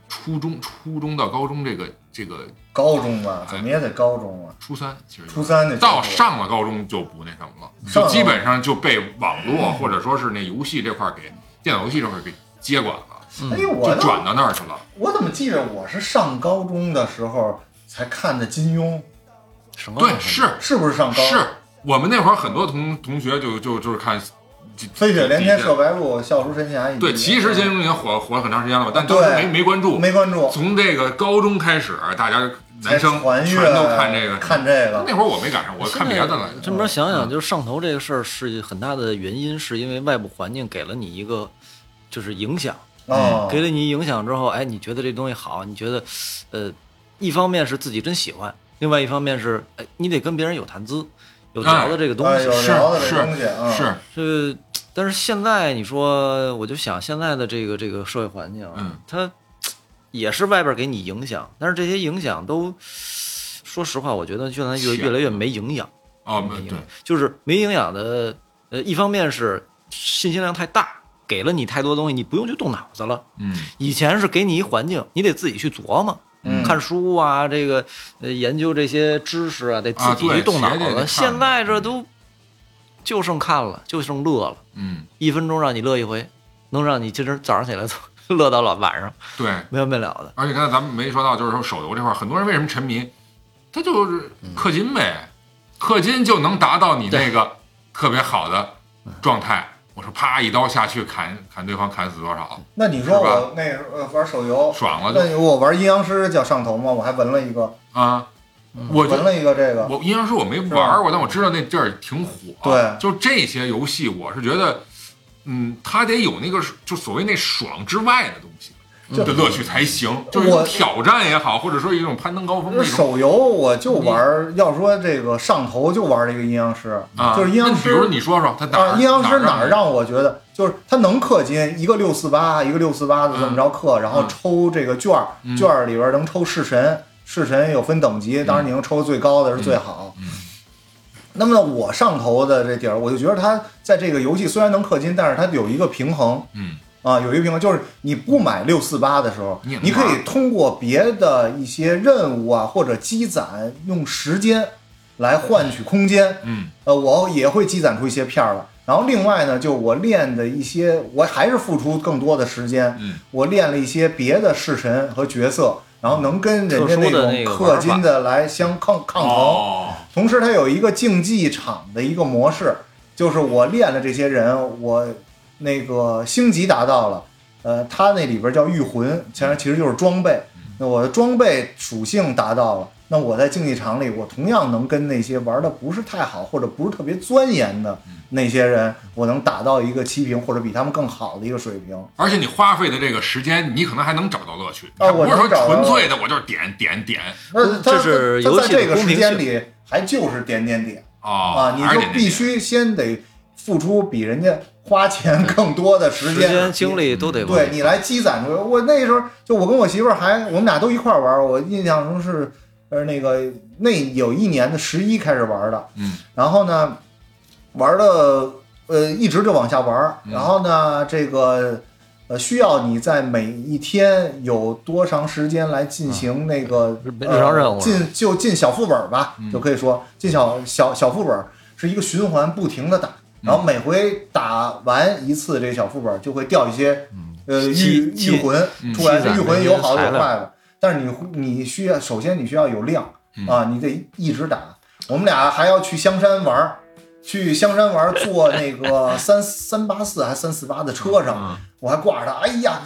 初中、初中到高中这个这个
高中吧，怎么也得高中啊，
初三，其实
初三那
哎嗯到上了高中就不那什么了，
上
就
了
基本上就被网络或者说是那游戏这块儿给电脑游戏这块儿给接管了，
哎呦，我
就
怎
转
么
到那儿去了。
我怎么记着我是上高中的时候才看的金庸，
什么
对，是
是不是上高？啊
是我们那会儿很多同同学就就就是看这
飞雪连天
这
射白鹿，笑逐神侠。
对，其实金
先
庸已经火火了很长时间了吧，但当时
对
没没关注，
没关注，
从这个高中开始，大家男生
传
全
阅
都看这个。
看这个，
那会儿我没赶上，我看别的了。
这么着想
嗯
想，就是上头这个事儿是很大的原因，是因为外部环境给了你一个就是影响，
嗯
哦，
给了你影响之后，哎，你觉得这东西好，你觉得，呃，一方面是自己真喜欢，另外一方面是，哎，你得跟别人有谈资，有聊的这个东
哎
西。
有
是
聊的这
是
东西啊，
是，
这，但是现在你说，我就想现在的这个这个社会环境，啊
嗯，
它也是外边给你影响，但是这些影响都，说实话，我觉得现在越
浅
越来越没营养，
嗯
哦，
没营
对
养，，就是没营养的，呃，一方面是信息量太大，给了你太多东西，你不用去动脑子了。
嗯，
以前是给你一环境，你得自己去琢磨，
嗯
看书啊，这个呃研究这些知识啊，得自
啊
己
对
去动脑
写得得
子。
看
现在这都就剩看了，就剩乐了，
嗯，
一分钟让你乐一回，能让你今儿早上起来 从乐到了晚上，
对。
没完没了的。
而且刚才咱们没说到，就是说手游这块儿，很多人为什么沉迷？他就是氪金
嗯
呗，氪金就能达到你那个特别好的状态。我说啪一刀下去砍砍对方砍死多少，
那你说
是吧
我那呃玩手游，
爽了
那
就
你我玩阴阳师叫上头吗？我还纹了一个，
啊！我就
纹嗯了一个这个，
我阴阳师我没玩过，但我知道那阵儿挺火。
对
就这些游戏，我是觉得，嗯，它得有那个就所谓那爽之外的东西
就
的乐趣才行，就是一种
我
挑战也好，或者说一种攀登高峰的
那
一种
手游我就玩儿，要说这个上头就玩儿这个阴阳师，
啊。
就是阴阳
那比如
师
你说说它哪儿
啊，阴阳师
哪
哪儿让我觉得就是它能氪金，一个六四八，一个六四八的这么着
嗯
氪，然后抽这个券儿，券儿里边儿能抽式神，式神有分等级，
嗯
当然你能抽最高的是最好。那么我上头的这点儿，我就觉得它在这个游戏虽然能氪金，但是它有一个平衡，
嗯
啊，有一个平衡，就是你不买六四八的时候，
你也能
你可
玩
以通过别的一些任务啊或者积攒，用时间来换取空间。
嗯，
呃，我也会积攒出一些片儿来。然后另外呢，就我练的一些，我还是付出更多的时间。
嗯，
我练了一些别的式神和角色，然后能跟人家
特殊的
那
那
种
个
氪
玩
金
法
的来相抗抗衡。
哦，
同时，它有一个竞技场的一个模式，就是我练了这些人，我那个星级达到了，呃，它那里边叫御魂，其实其实就是装备。那我的装备属性达到了，那我在竞技场里，我同样能跟那些玩的不是太好或者不是特别钻研的那些人，我能打到一个七平或者比他们更好的一个水平。
而且你花费的这个时间，你可能还能找到乐趣，
啊
它不
我
是
能
说
找到
纯粹的我就是点点点
那它
这是
它
游
在
戏的
这个
公
时
平
间
性
里，还就是点点点。
哦
啊，，你
还是
就
得那
必
点
须先得付出比人家花钱更多的时
时间
间、
精。力都得
对你来积攒出来。我那时候就我跟我媳妇儿还我们俩都一块儿玩儿，我印象中是呃那个那有一年的十一开始玩儿的，
嗯，
然后呢玩的呃一直就往下玩儿，
嗯
然后呢这个呃需要你在每一天有多长时间来进行那个、
嗯日
呃
日常任务嗯
进就进小副本儿吧，就可以说进小小小副本儿是一个循环不停的
嗯
打。然后每回打完一次这小副本，就会掉一些，
嗯
呃，御
积积
御魂
嗯
出来
积攒，
御
的
魂
一
有
些
好有
材
坏
料
的，但是你你需要首先你需要有量
嗯
啊，你得一直打。我们俩还要去香山玩儿，去香山玩儿坐那个三 三八四还三四八的车
嗯
上，我还挂着它，哎呀，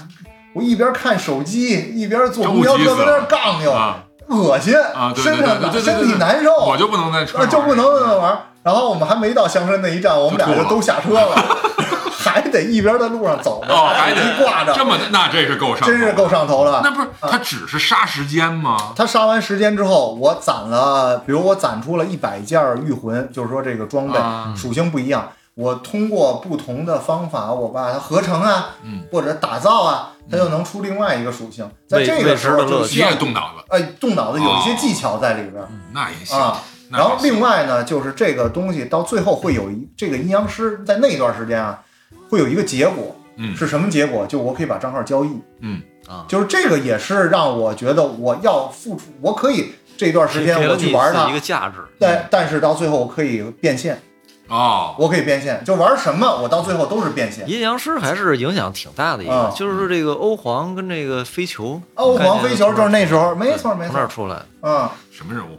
我一边看手机一边坐公交车
着急
跟
死
那儿
了
杠悠，
啊
恶心，
啊，对对
身
对
上
对对对，
身体
对
难受，
我就不能再
啊，
穿，
就不能那么玩儿。然后我们还没到香山那一站，我们俩就都下车了， 还得一边在路上走着，
哦，还
一
得
挂着，
这么的，那这是够上，
真是够。上啊头了
那。不是他只是杀时间吗？
他杀完时间之后，我攒了，比如我攒出了一百件儿御魂，就是说这个装备、
啊
属性不一样，我通过不同的方法，我把它合成啊，
嗯
或者打造啊，它就能出另外一个属性。在
未
这
未
个
知
时候
的乐
就
你
需要
也动脑子，
哎动脑子，有一些
哦
技巧在里边儿。
那也行
啊。
那
然后
也行
另外呢，就是这个东西到最后会有一这个阴阳师在那段时间啊，会有一个结果
嗯
是什么结果？就我可以把账号交易，
嗯
啊
就是这个也是让我觉得我要付出，我可以这段时间
给了
我
你
去玩
自己一
它
个，价值。
嗯
但但是到最后我可以变现，
哦，
我可以变现，就玩什么我到最后都是变现。
阴阳师还是影响挺大的一个
啊，
就是这个欧皇跟这个飞球，
欧皇啊飞球就是那时候，
对
没错没
从那儿
错，
出来的。
嗯，
什么任务？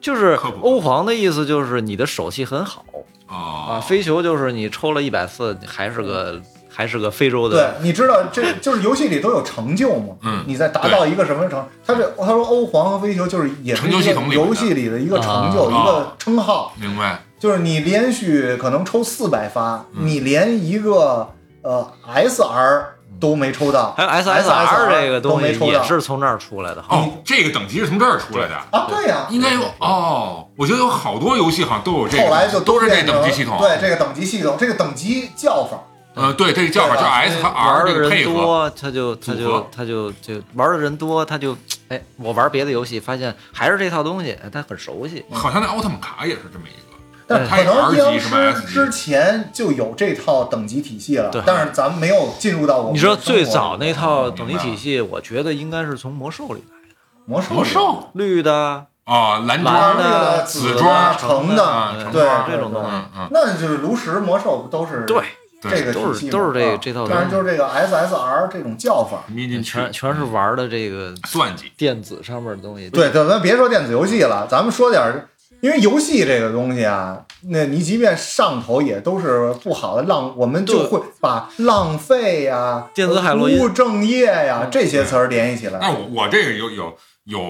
就是
科普
欧皇的意思就是你的手气很好啊，
哦，
飞球就是你抽了一百次还是个还是个非洲
对
的，，
你知道这就是游戏里都有成就嘛？
嗯
你在达到一个什么成？他这他说欧皇和飞球就是也是
成就系统
一
里
个
面的
游戏里的一个成就，
啊
一个称号，
明白
就是你连续可能抽四百发，
嗯
你连一个呃 SR 都没抽到，
还有
SSR
SSR 这个
都
东
没
西
抽到
也是从那儿出来的。好，
哦，这个等级是从这儿出来的。
啊，对呀、
应该有哦，我觉得有好多游戏好像都有这个，
后来就
都是这
变成
等级系统。
对这个等级系统，这个等级叫法，
呃，对这个叫法
对
叫
吧
S 和
玩
R 这
的
个配
人
合，
多，他就他
组
就
合
他就就玩的人多，他就哎，我玩别的游戏发现还是这套东西，哎他很熟悉。
好像那奥特曼卡也是这么一个。
但
对
可能阴
它也是 R 级
阳师
是吧
之前就有这套等级体系了
对，
但是咱们没有进入到我们
你知道
的生活
最早
里
那套等级体系，我觉得应该是从魔兽里来的，
魔兽里
魔兽
绿的、
啊，蓝
蓝
装，
的、
的、
紫
紫装
装、橙
啊
的，
橙
对
装这种
对
东西
嗯嗯，
那就是炉石、魔兽不都是
对，
这
对，
个
都
体
是
系吗
都是这
啊
这套
但
东
是就是这个 SSR 这种叫法。
眯进去
嗯全全是玩的这个
嗯算计，
电子上面的东西。
对，对，咱别说电子游戏了，咱们说点儿，因为游戏这个东西啊，那你即便上头也都是不好的浪，我们就
对
会把浪费呀、
电子海洛因
不务正业
嗯
呀、这些词儿连一起来。
但我我这个有有有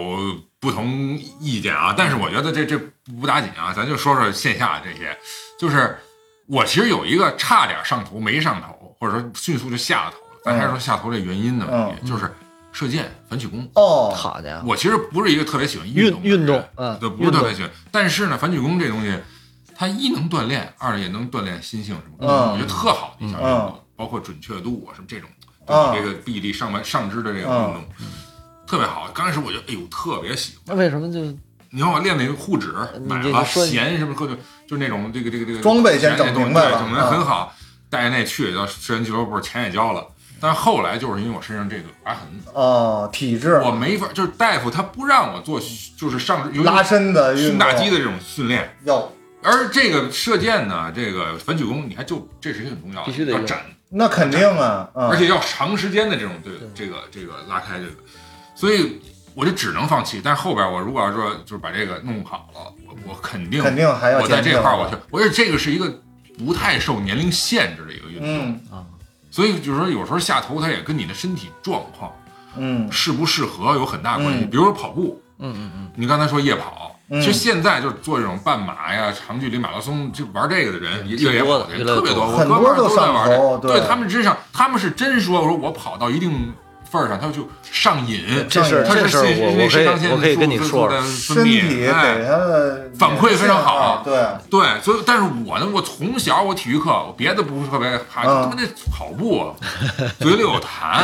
不同意见啊，但是我觉得这这不打紧啊，咱就说说线下这些，就是我其实有一个差点上头没上头，或者说迅速就下了头了，咱还是说下头这原因的
嗯
问题，就是射箭、反曲弓。
哦，
好家伙，
我其实不是一个特别喜欢动的
运运动
人
嗯
对，不是
运动
特别喜欢。但是呢，反曲弓这东西，它一能锻炼，二也能锻炼心性什么的，
嗯嗯
我觉得特好的一项运动，包括准确度啊什么这种，对你这个臂力上半上肢的这个运动，特别好。刚开始我就哎呦特别喜欢。
那为什么就
你看我练那个护指，
呃
你
买
这
了
个说
弦什么各种，就那种这个这个这个
装备先
钱这
整
东西
明白了
对整的
啊
很好。带着那去到私人俱乐部，钱也交了，但是后来就是因为我身上这个划痕，
哦，体质
我没法，就是大夫他不让我做，就是上尤其
拉伸的运
胸
动
大肌的这种训练。
要，
而这个射箭呢，这个反曲弓，你还就这是一个很重要的，
必须得
要
用
展
那肯定啊，嗯
而且要长时间的这种对这个这个拉开这个，所以我就只能放弃。但是后边我如果要说就是把这个弄好了，我我肯定
肯定还要
我在
坚定
这块儿我去，我觉得这个是一个不太受年龄限制的一个运动，
嗯
所以就是说有时候下头它也跟你的身体状况
嗯
适不适合有很大关系。
嗯
比如说跑步，
嗯嗯嗯，
你刚才说夜跑，
嗯
其实现在就是做这种半马呀、长距离马拉松，就玩这个的人也
挺
也
多
跑
的
的
越来越
特别多，我
很
哥们儿
多都
都在
上
玩这
头
个。
对
对他们真上，他们是真说，我说我跑到一定份儿上，他就上瘾。
这事儿
他
这
是
事儿
信
我我可
肾上
以
腺
我可以跟你
素
说
的
说，
分
身
泌
体给
哎
他的
反馈非常好
啊对，
对，所以但是我呢，我从小我体育课，我别的不是特别怕，
嗯
就他妈那跑步，嘴里有 痰，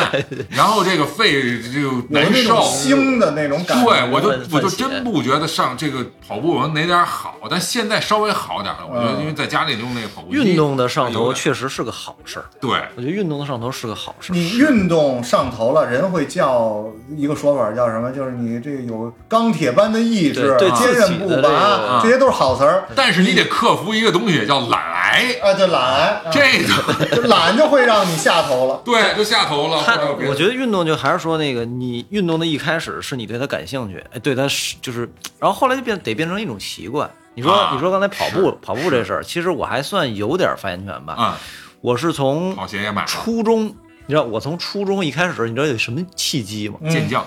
然后这个肺就
有
难
那
受。
种腥的那种感觉，
对，我就
换
我就
换血
真不觉得上这个跑步我哪点儿好，但现在稍微好点儿了。我觉得
嗯
因为在家里用那个跑步机
运动的上头
有点
确实是个好事儿，
对，
我觉得运动的上头是个好事儿。
你运动上头了，人会叫一个说法叫什么？就是你这个有钢铁般的意志，
对对
坚
自
韧
己的
不
这
拔，
个啊
这些都是好词儿。
但是你得克服一个东西叫懒癌，
啊，就懒，啊
这个。
就懒就会让你下头了
对就下头了。
他
或者别，的
我觉得运动就还是说那个，你运动的一开始是你对它感兴趣，哎，对它是就是，然后后来就变得变成一种习惯。你说、
啊
你说刚才跑步跑步这事儿，其实我还算有点发言权吧。
啊，
我是从
跑鞋也买了，
初中，你知道我从初中一开始，你知道有什么契机吗？
健将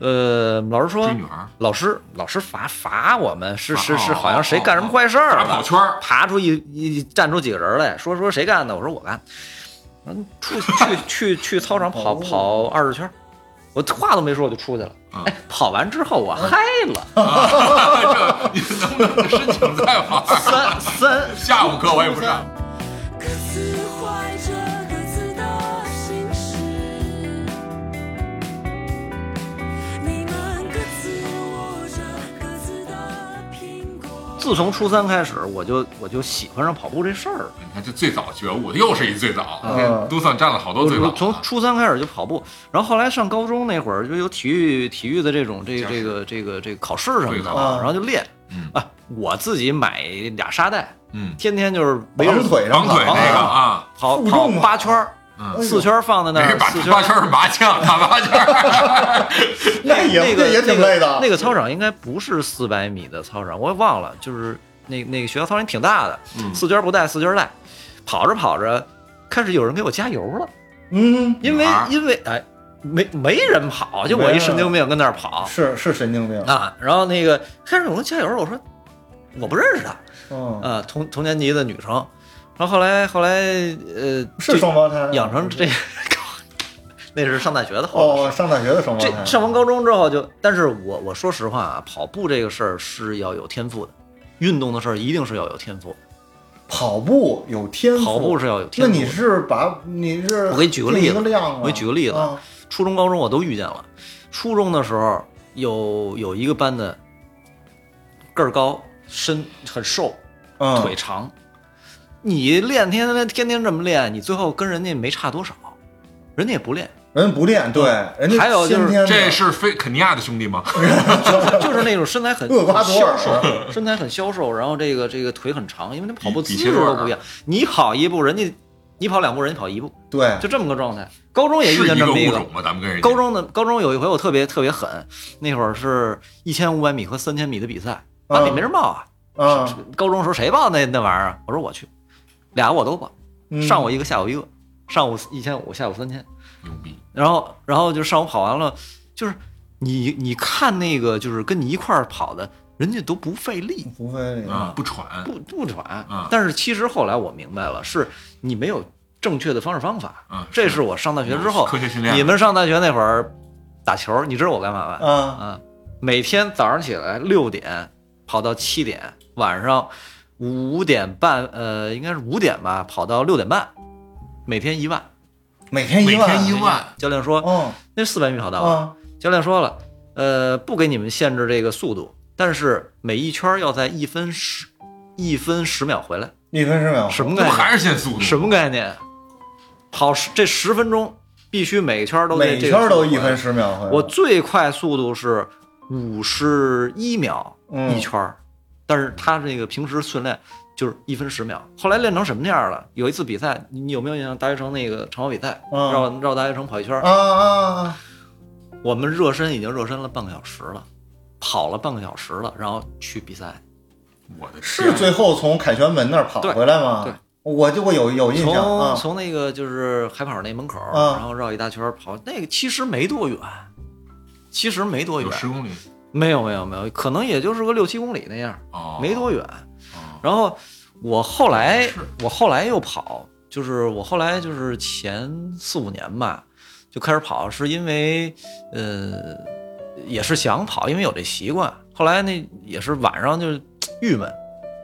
呃，老师嗯说
追女孩儿，
老师老师罚罚我们是是
啊
是，
哦
好像谁
哦
干什么坏事儿
打
了，
跑圈 儿，
爬出一一站出几个人来说说谁干的，我说我干，嗯，出去去去操场跑跑二十圈儿，我话都没说我就出去了，
啊
嗯
哎，跑完之后我
嗯
嗨了，
啊这你能不能申请再玩儿？
三三
下午课我也不上。
各自怀着各自的心事，你们各自握着各自的苹果。
自从初三开始，我就我就喜欢上跑步这事儿了。
你看这最早觉悟，又是一最早，
嗯
都算占了好多最早啊
我
了。
从初三开始就跑步，然后后来上高中那会儿就有体育体育的这种这
加时
这个这个这个考试什么
对
的
的
啊，
嗯
然后就练
嗯
啊，我自己买俩沙袋，
嗯，
天天就是围着
绑腿
绑
上跑
腿那个啊，
跑
负
跑
重啊
八圈儿，
哎呦
四圈儿放在那
那是
儿，
把
四圈
八
儿
圈是麻 将，打八圈儿
那也
那个
也挺累的。
那个。那个操场应该不是四百米的操场，我也忘了，就是那那个学校操场挺大的，
嗯
四圈不带四圈带，跑着跑着，开始有人给我加油了，
嗯，
因为
哪儿
因为哎，没没人跑，就我一神经病跟那儿跑
是是神经病。
啊，然后那个开始有人加油了，我说我不认识他，
嗯，
啊，同同年级的女生，然后后来后来呃，
是
这
双胞胎。
养成这， 那是上大学的后头的事儿
哦，上大学的双胞胎。
这上完高中之后就，但是我我说实话啊，跑步这个事儿是要有天赋的，运动的事儿一定是要有天赋，
跑步有天赋，
跑步是要有
那
天赋的。
你是把你是
我给你举个例子
定一量啊
我给你举个例子
啊
初中、高中我都遇见了。初中的时候有有一个班的个儿高，身很瘦，
嗯
腿长，你练天天天天这么练，你最后跟人家没差多少，人家也不 练，
人不练，对，人家
嗯还有就是
先天的
这是非肯尼亚的兄弟吗？
就是那种身 材很
厄瓜多
消
尔
瘦，身材很消瘦，然后这个这个腿很长，因为那跑步姿
比
势
比切
都
尔
啊
不一样。你跑一步，人家你跑两步，人家跑一步，
对，
就这么个状态。高中也遇
是
见
一
这
个
么一
物
个。
种吗？咱们跟人家
高中的高中有一回我特别特别狠，那会儿是一千五百米和三千米的比赛，班里
嗯
没人报啊。
啊，
高中时候谁报那那玩意儿啊？我说我去，俩我都报，
嗯
上午一个，下午一个，上午一千五，下午三千。
牛逼，
然后然后就上午跑完了，就是你你看那个就是跟你一块儿跑的，人家都不费力，
不费力
啊，不喘，
不不喘
嗯。
但是其实后来我明白了，是你没有正确的方式方法。
嗯
这
是
是我上大学之后，
科学训练
你们上大学那会儿打球，你知道我干嘛吗？
啊，
啊，每天早上起来六点跑到七点，晚上五点半，呃，应该是五点吧，跑到六点半，每天一万。
每天
每
一万，
天一万，
教练说
哦，
那四百米跑道啊。
啊，
教练说了，呃，不给你们限制这个速度，但是每一圈儿要在一分十一分十秒回来，
一分十秒，
什么
不
概念？
还是限速度？
什么概念？跑十这十分钟，必须每个圈儿都
每
得这个
圈儿都
速度
一分
回
十秒，好像
我最快速度是五十一秒
嗯
一圈儿，但是他这个平时训练就是一分十秒。后来练成什么样了？有一次比赛，你你有没有印象？大学城那个长跑比赛，
嗯
绕绕大学城跑一圈儿，
啊啊啊！
我们热身已经热身了半个小时了，跑了半个小时了，然后去比赛，
我的啊
是最后从凯旋门那儿跑
对
回来吗？
对
我就我有有印
从、
象啊。
从那个就是海跑那门口，
啊
然后绕一大圈儿跑，那个其实没多远，其实没多
有
远，
十公里
没有没有没有，可能也就是个六七公里那样。
啊，
没多远
哦。
然后我后来
是，
我后来又跑，就是我后来就是前四五年吧，就开始跑，是因为呃也是想跑，因为有这习惯。后来那也是晚上就是郁闷，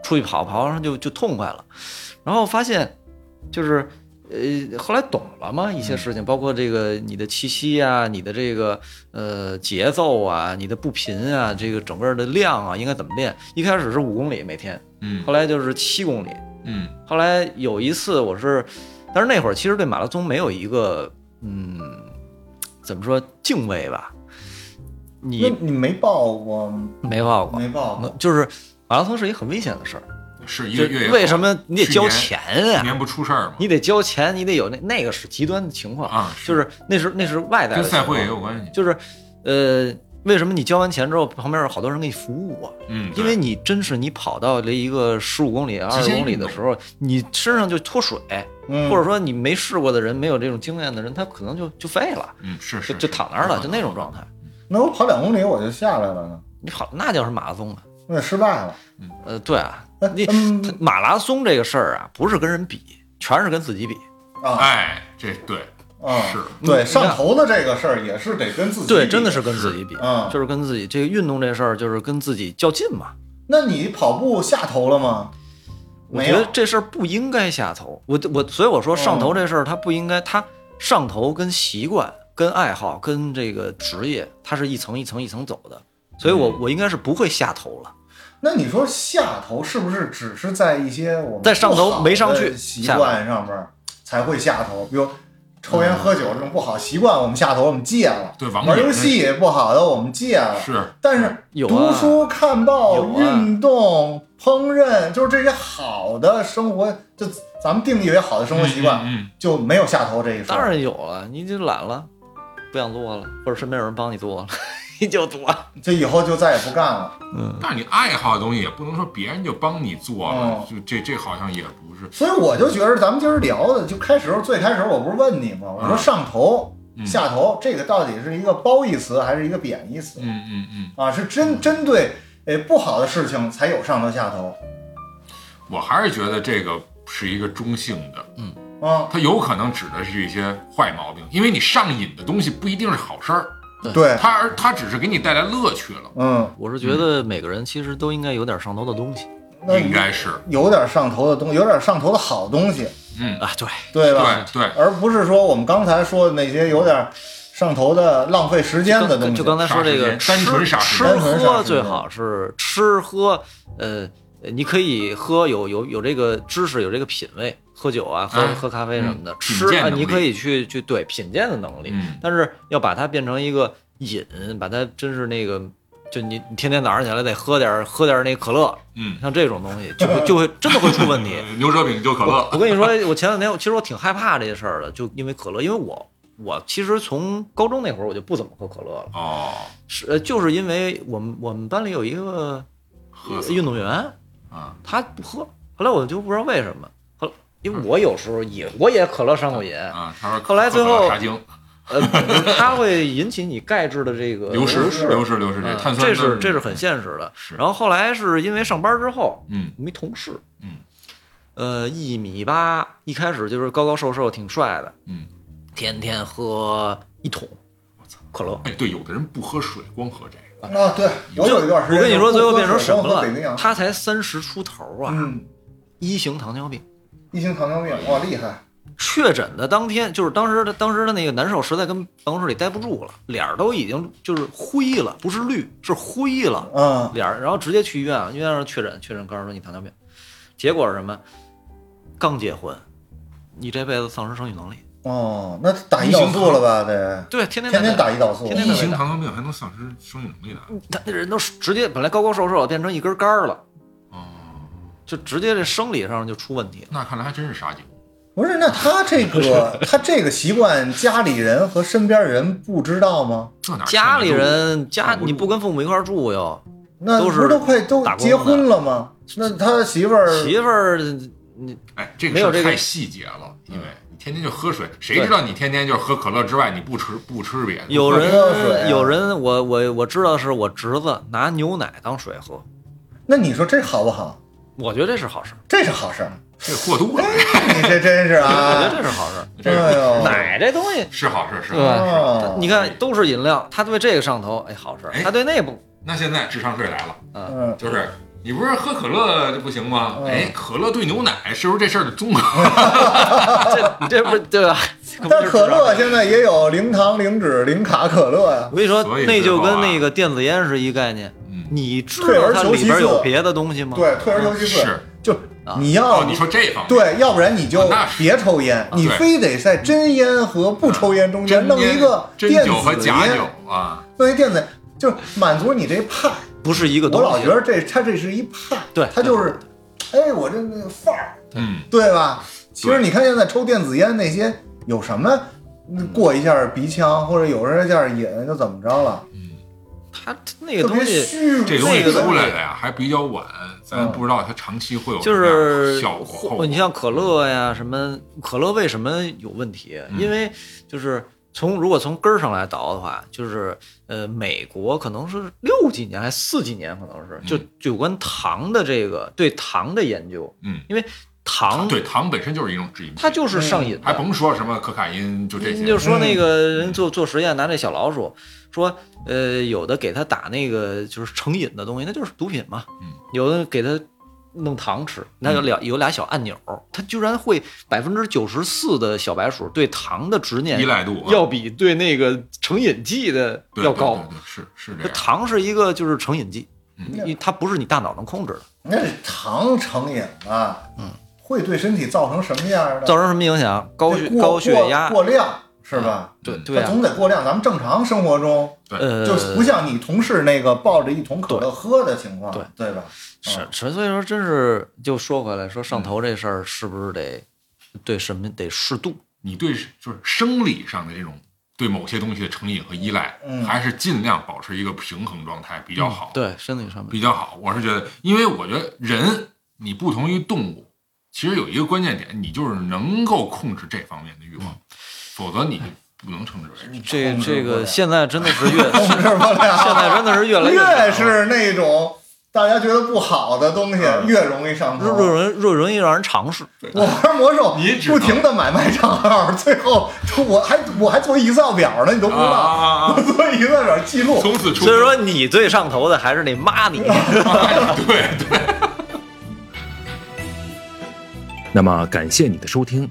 出去跑跑上就就痛快了，然后发现就是。呃，后来懂了嘛，一些事情，包括这个你的气息啊，你的这个呃节奏啊，你的步频啊，这个整个的量啊，应该怎么练？一开始是五公里每天，
嗯
后来就是七公里，
嗯
后来有一次我是，但是那会儿其实对马拉松没有一个嗯，怎么说敬畏吧？
那
你
你没报过吗？
没报过，
没报过。
就是马拉松是一个很危险的事儿，
是一
就
个越野跑
为什么你得
去
交
年
钱
一
呀、
年不出事儿吗？
你得交钱，你得有那那个是极端的情况，
啊，
就是那是那是外在的
跟赛
情况
会也有关系，
就是呃，为什么你交完钱之后旁边有好多人给你服务啊？
嗯，对
因为你真是你跑到了一个十五公里、二十
限
公里
运
的
动
时候，你身上就脱水，
嗯，
或者说你没试过的人、没有这种经验的人，他可能就就废了，
嗯是是
就就躺那儿了，就那种状。
是
态。
那我跑两公里我就下来了呢，
你跑那叫是马拉松啊？
那失败了。
呃，对啊，你
嗯
他马拉松这个事儿啊，不是跟人比，全是跟自己比。
啊
哎，这对
啊！
是
对
嗯
上头的这个事儿也是得跟自己
对，
比
真的是。跟自己比
嗯，
就是跟自己这个运动这事儿，就是跟自己较劲嘛。
那你跑步下头了吗？
我
没
觉
有
得这事儿不应该下头。我我所以我说上头这事儿，它不应该，它上头跟习惯、跟爱好、跟这个职业，它是一层一层一层走的。所以我我应该是不会下头了。
那你说下头是不是只是在一些我们
在上头没上去
不好的习惯上面才会下头？比如抽烟喝酒这种不好习惯，我们下头我们戒了；
对，王
玩
者
游戏不好的我们戒了。
是
但是
有
读
啊
书、看报、
有啊
运动、烹饪，就是这些好的生活，就咱们定义为好的生活习惯，
嗯，
就没有下头这一说。
当然有了，你就懒了，不想做了，或者身边有人帮你做了， 你就做了。
这以后就再也不干了。
嗯但是你爱好的东西也不能说别人就帮你做了
哦，
就这这好像也不是，
所以我就觉得咱们今儿聊的，就开始最开始我不是问你吗？
啊
我说上头、
嗯
下头这个到底是一个褒义词还是一个贬义词、
嗯嗯嗯。
啊？是针针对呃不好的事情才有上头下头
我还是觉得这个是一个中性的，
啊？
它有可能指的是一些坏毛病，因为你上瘾的东西不一定是好事儿，
对，
它而它只是给你带来乐趣了，
嗯，
我是觉得每个人其实都应该有点上头的东西
那
应该是，
有点上头的东，有点上头的好东西，
嗯，
啊，对，
对吧？
对对，
而不是说我们刚才说的那些有点上头的浪费时间的东西。
就刚才说这个
傻时间单纯傻时
吃
间
吃
单纯傻时
喝
间
最好是吃喝，呃，你可以喝有有有这个知识，有这个品味，喝酒啊，喝、
嗯
喝咖啡什么的，
嗯
吃
品鉴
啊，
能力
你可以去去对品鉴的能力，
嗯
但是要把它变成一个瘾，把它真是那个。就你，你天天早上起来得喝点儿喝点儿那可乐，
嗯，
像这种东西就会就会真的会出问题。
牛舌饼 就可乐，
我跟你说，我前两天我其实我挺害怕这些事儿的，就因为可乐，因为我我其实从高中那会儿我就不怎么喝可乐了，
嗯
哦，
是呃就是因为我们我们班里有一个
喝死
运动员，
啊，
他不喝，后来我就不知道为什么，后来因为我有时候也我也可乐上过瘾，
嗯啊，他说
后来最后
喝可乐杀精，
呃，它会引起你钙质的这个
流失
是
流失流失，
呃嗯
这碳酸
这
根
是这是很现实的。
是
然后后来是因为上班之后，
嗯
没同事，
嗯，
呃，一米八，一开始就是高高瘦瘦，挺帅的，
嗯，
天天喝一桶，我操，可乐。
哎，对，有的人不喝水，光喝这个，
啊，对，我有一段时
我
间
跟你说，最后变成什么
北冰
了？啊
洋，
他才三十出头啊，
嗯，
一型糖尿病。
一型糖尿病，哇，厉害！
确诊的当天，就是当时的当时的那个难受，实在跟办公室里待不住了，脸儿都已经就是灰了，不是绿，是灰了。
嗯，
脸儿，然后直接去医院，啊医院上确诊，确诊告诉说你糖尿病，结果是什么？刚结婚，你这辈子丧失生育能力，
哦，那打胰岛素了吧？得
对，天天
天天
打
打胰岛素，
天天
一
打
型糖尿病还能丧失生育能力的，
他那人都直接本来高高瘦瘦变成一根杆儿了，就直接这生理上就出问题了。
那看来还真是杀鸡。
不是，那他这个他这个习惯，家里人和身边人不知道吗？
这哪儿
家里
劝得住
人家你不跟父母一块儿住哟，
那
都
不
是
都快都
打工的
结婚了吗？那他媳妇儿
媳妇儿
哎，这
没
个
有
事儿
这个嗯
太细节了，因为你天天就喝水，谁知道你天天就是喝可乐之外你不吃不吃别的？
有
喝水啊
人有人，我我我知道是我侄子拿牛奶当水喝，
那你说这好不好？
我觉得这是好事，
这是好事儿，
这过度了，
你这真是
我觉得
啊！
这是好事。
这
哎
是
呦，
奶这东西，
是好事是
对
好事。
哦
你看都是饮料，他对这个上头，哎，好事
哎；
他对那不，
那现在智商税来了，
嗯，
就是你不是喝可乐就不行吗？
嗯
哎，可乐兑牛奶是不是这事儿就综合？
这 你这不是对吧？
但是可乐
这不就是嗯
现在也有零糖、零脂、零卡可乐呀、
我跟你说
所以，
那
最
就
后
跟
啊
那个电子烟是一概念。
嗯
你知
退
道
而
它
求
里
其
边有
次
别的东西吗？
对，退而求其次，
是
就
啊
你要、
哦，你说这方面，
对，要不然你就
啊那是
别抽烟，你
对
非得在真烟和不抽烟中间
真
弄
烟
一个
真
电子
酒和假酒
烟，
啊，
弄一电子，就是满足你这派。
不是一个东西。
我老觉得这他这是一派，
对
他就是，哎，我这那范儿，
嗯，
对吧？其实你看现在抽电子烟那些有什么？过一下鼻腔，或者有人一下瘾，就怎么着了？
它那个
特别
东西，
虚，
嗯这东西
那个
出来的呀还比较晚，咱
嗯
不知道它长期会有
就
什么样的
是
效果后果。
你像可乐呀，什么可乐为什么有问题？
嗯
因为就是从如果从根儿上来倒的话，就是呃，美国可能是六几年还是四几年，可能
嗯
是就就有关糖的这个对糖的研究，
嗯，
因为糖
对糖本身就是一种致瘾品，
它就是上瘾
还
的。
甭说什么可卡因，就这些，
你嗯就说
嗯
那个人做做实验拿这小老鼠，说呃有的给它打那个就是成瘾的东西，那就是毒品嘛
嗯。
有的给它弄糖吃，那有俩有俩小按钮，它居然会百分之九十四的小白鼠对糖的执念
依赖度啊
要比对那个成瘾剂的
对
要
对
高
对。对是是这
这
样。
糖是一个就是成瘾剂，
嗯
你它不是你大脑能控制的。
那是糖成瘾了，嗯，会对身体造成什么样的？
造成什么影响？高血
这过
高血压，
过过量是吧？
对
嗯
对
它
啊，
总得过量。咱们正常生活中，
呃，
就不像你同事那个抱着一桶可乐喝的情况，
对
对吧？
是
嗯，
是，所以说，真是就说回来，说上头这事儿是不是得对什么得适度？
你对就是生理上的这种对某些东西的成瘾和依赖，
嗯
还是尽量保持一个平衡状态比较好，
嗯对身体上面
比较好。我是觉得，因为我觉得人你不同于动物，其实有一个关键点，你就是能够控制这方面的欲
嗯
望，否则你不能称之为。
这
控制
这
不
个
了
现在真的 是越
控制不
现
了，
在真的是越哦来
越
难了
是那种大家觉得不好的东西，
嗯
越容易上
越越
头。
容易越容易让人尝试。
我玩魔兽
你，只
不
能
停的买卖账号，最后我还我还做 Excel 表呢，你都不知
啊
道，
啊啊
我！做 Excel 表记录。
从此出
所以说，你最上头的还是那妈你。
对对。
那么感谢你的收听，《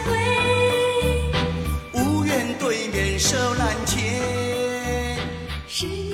会，
无缘对面手难牵，
是你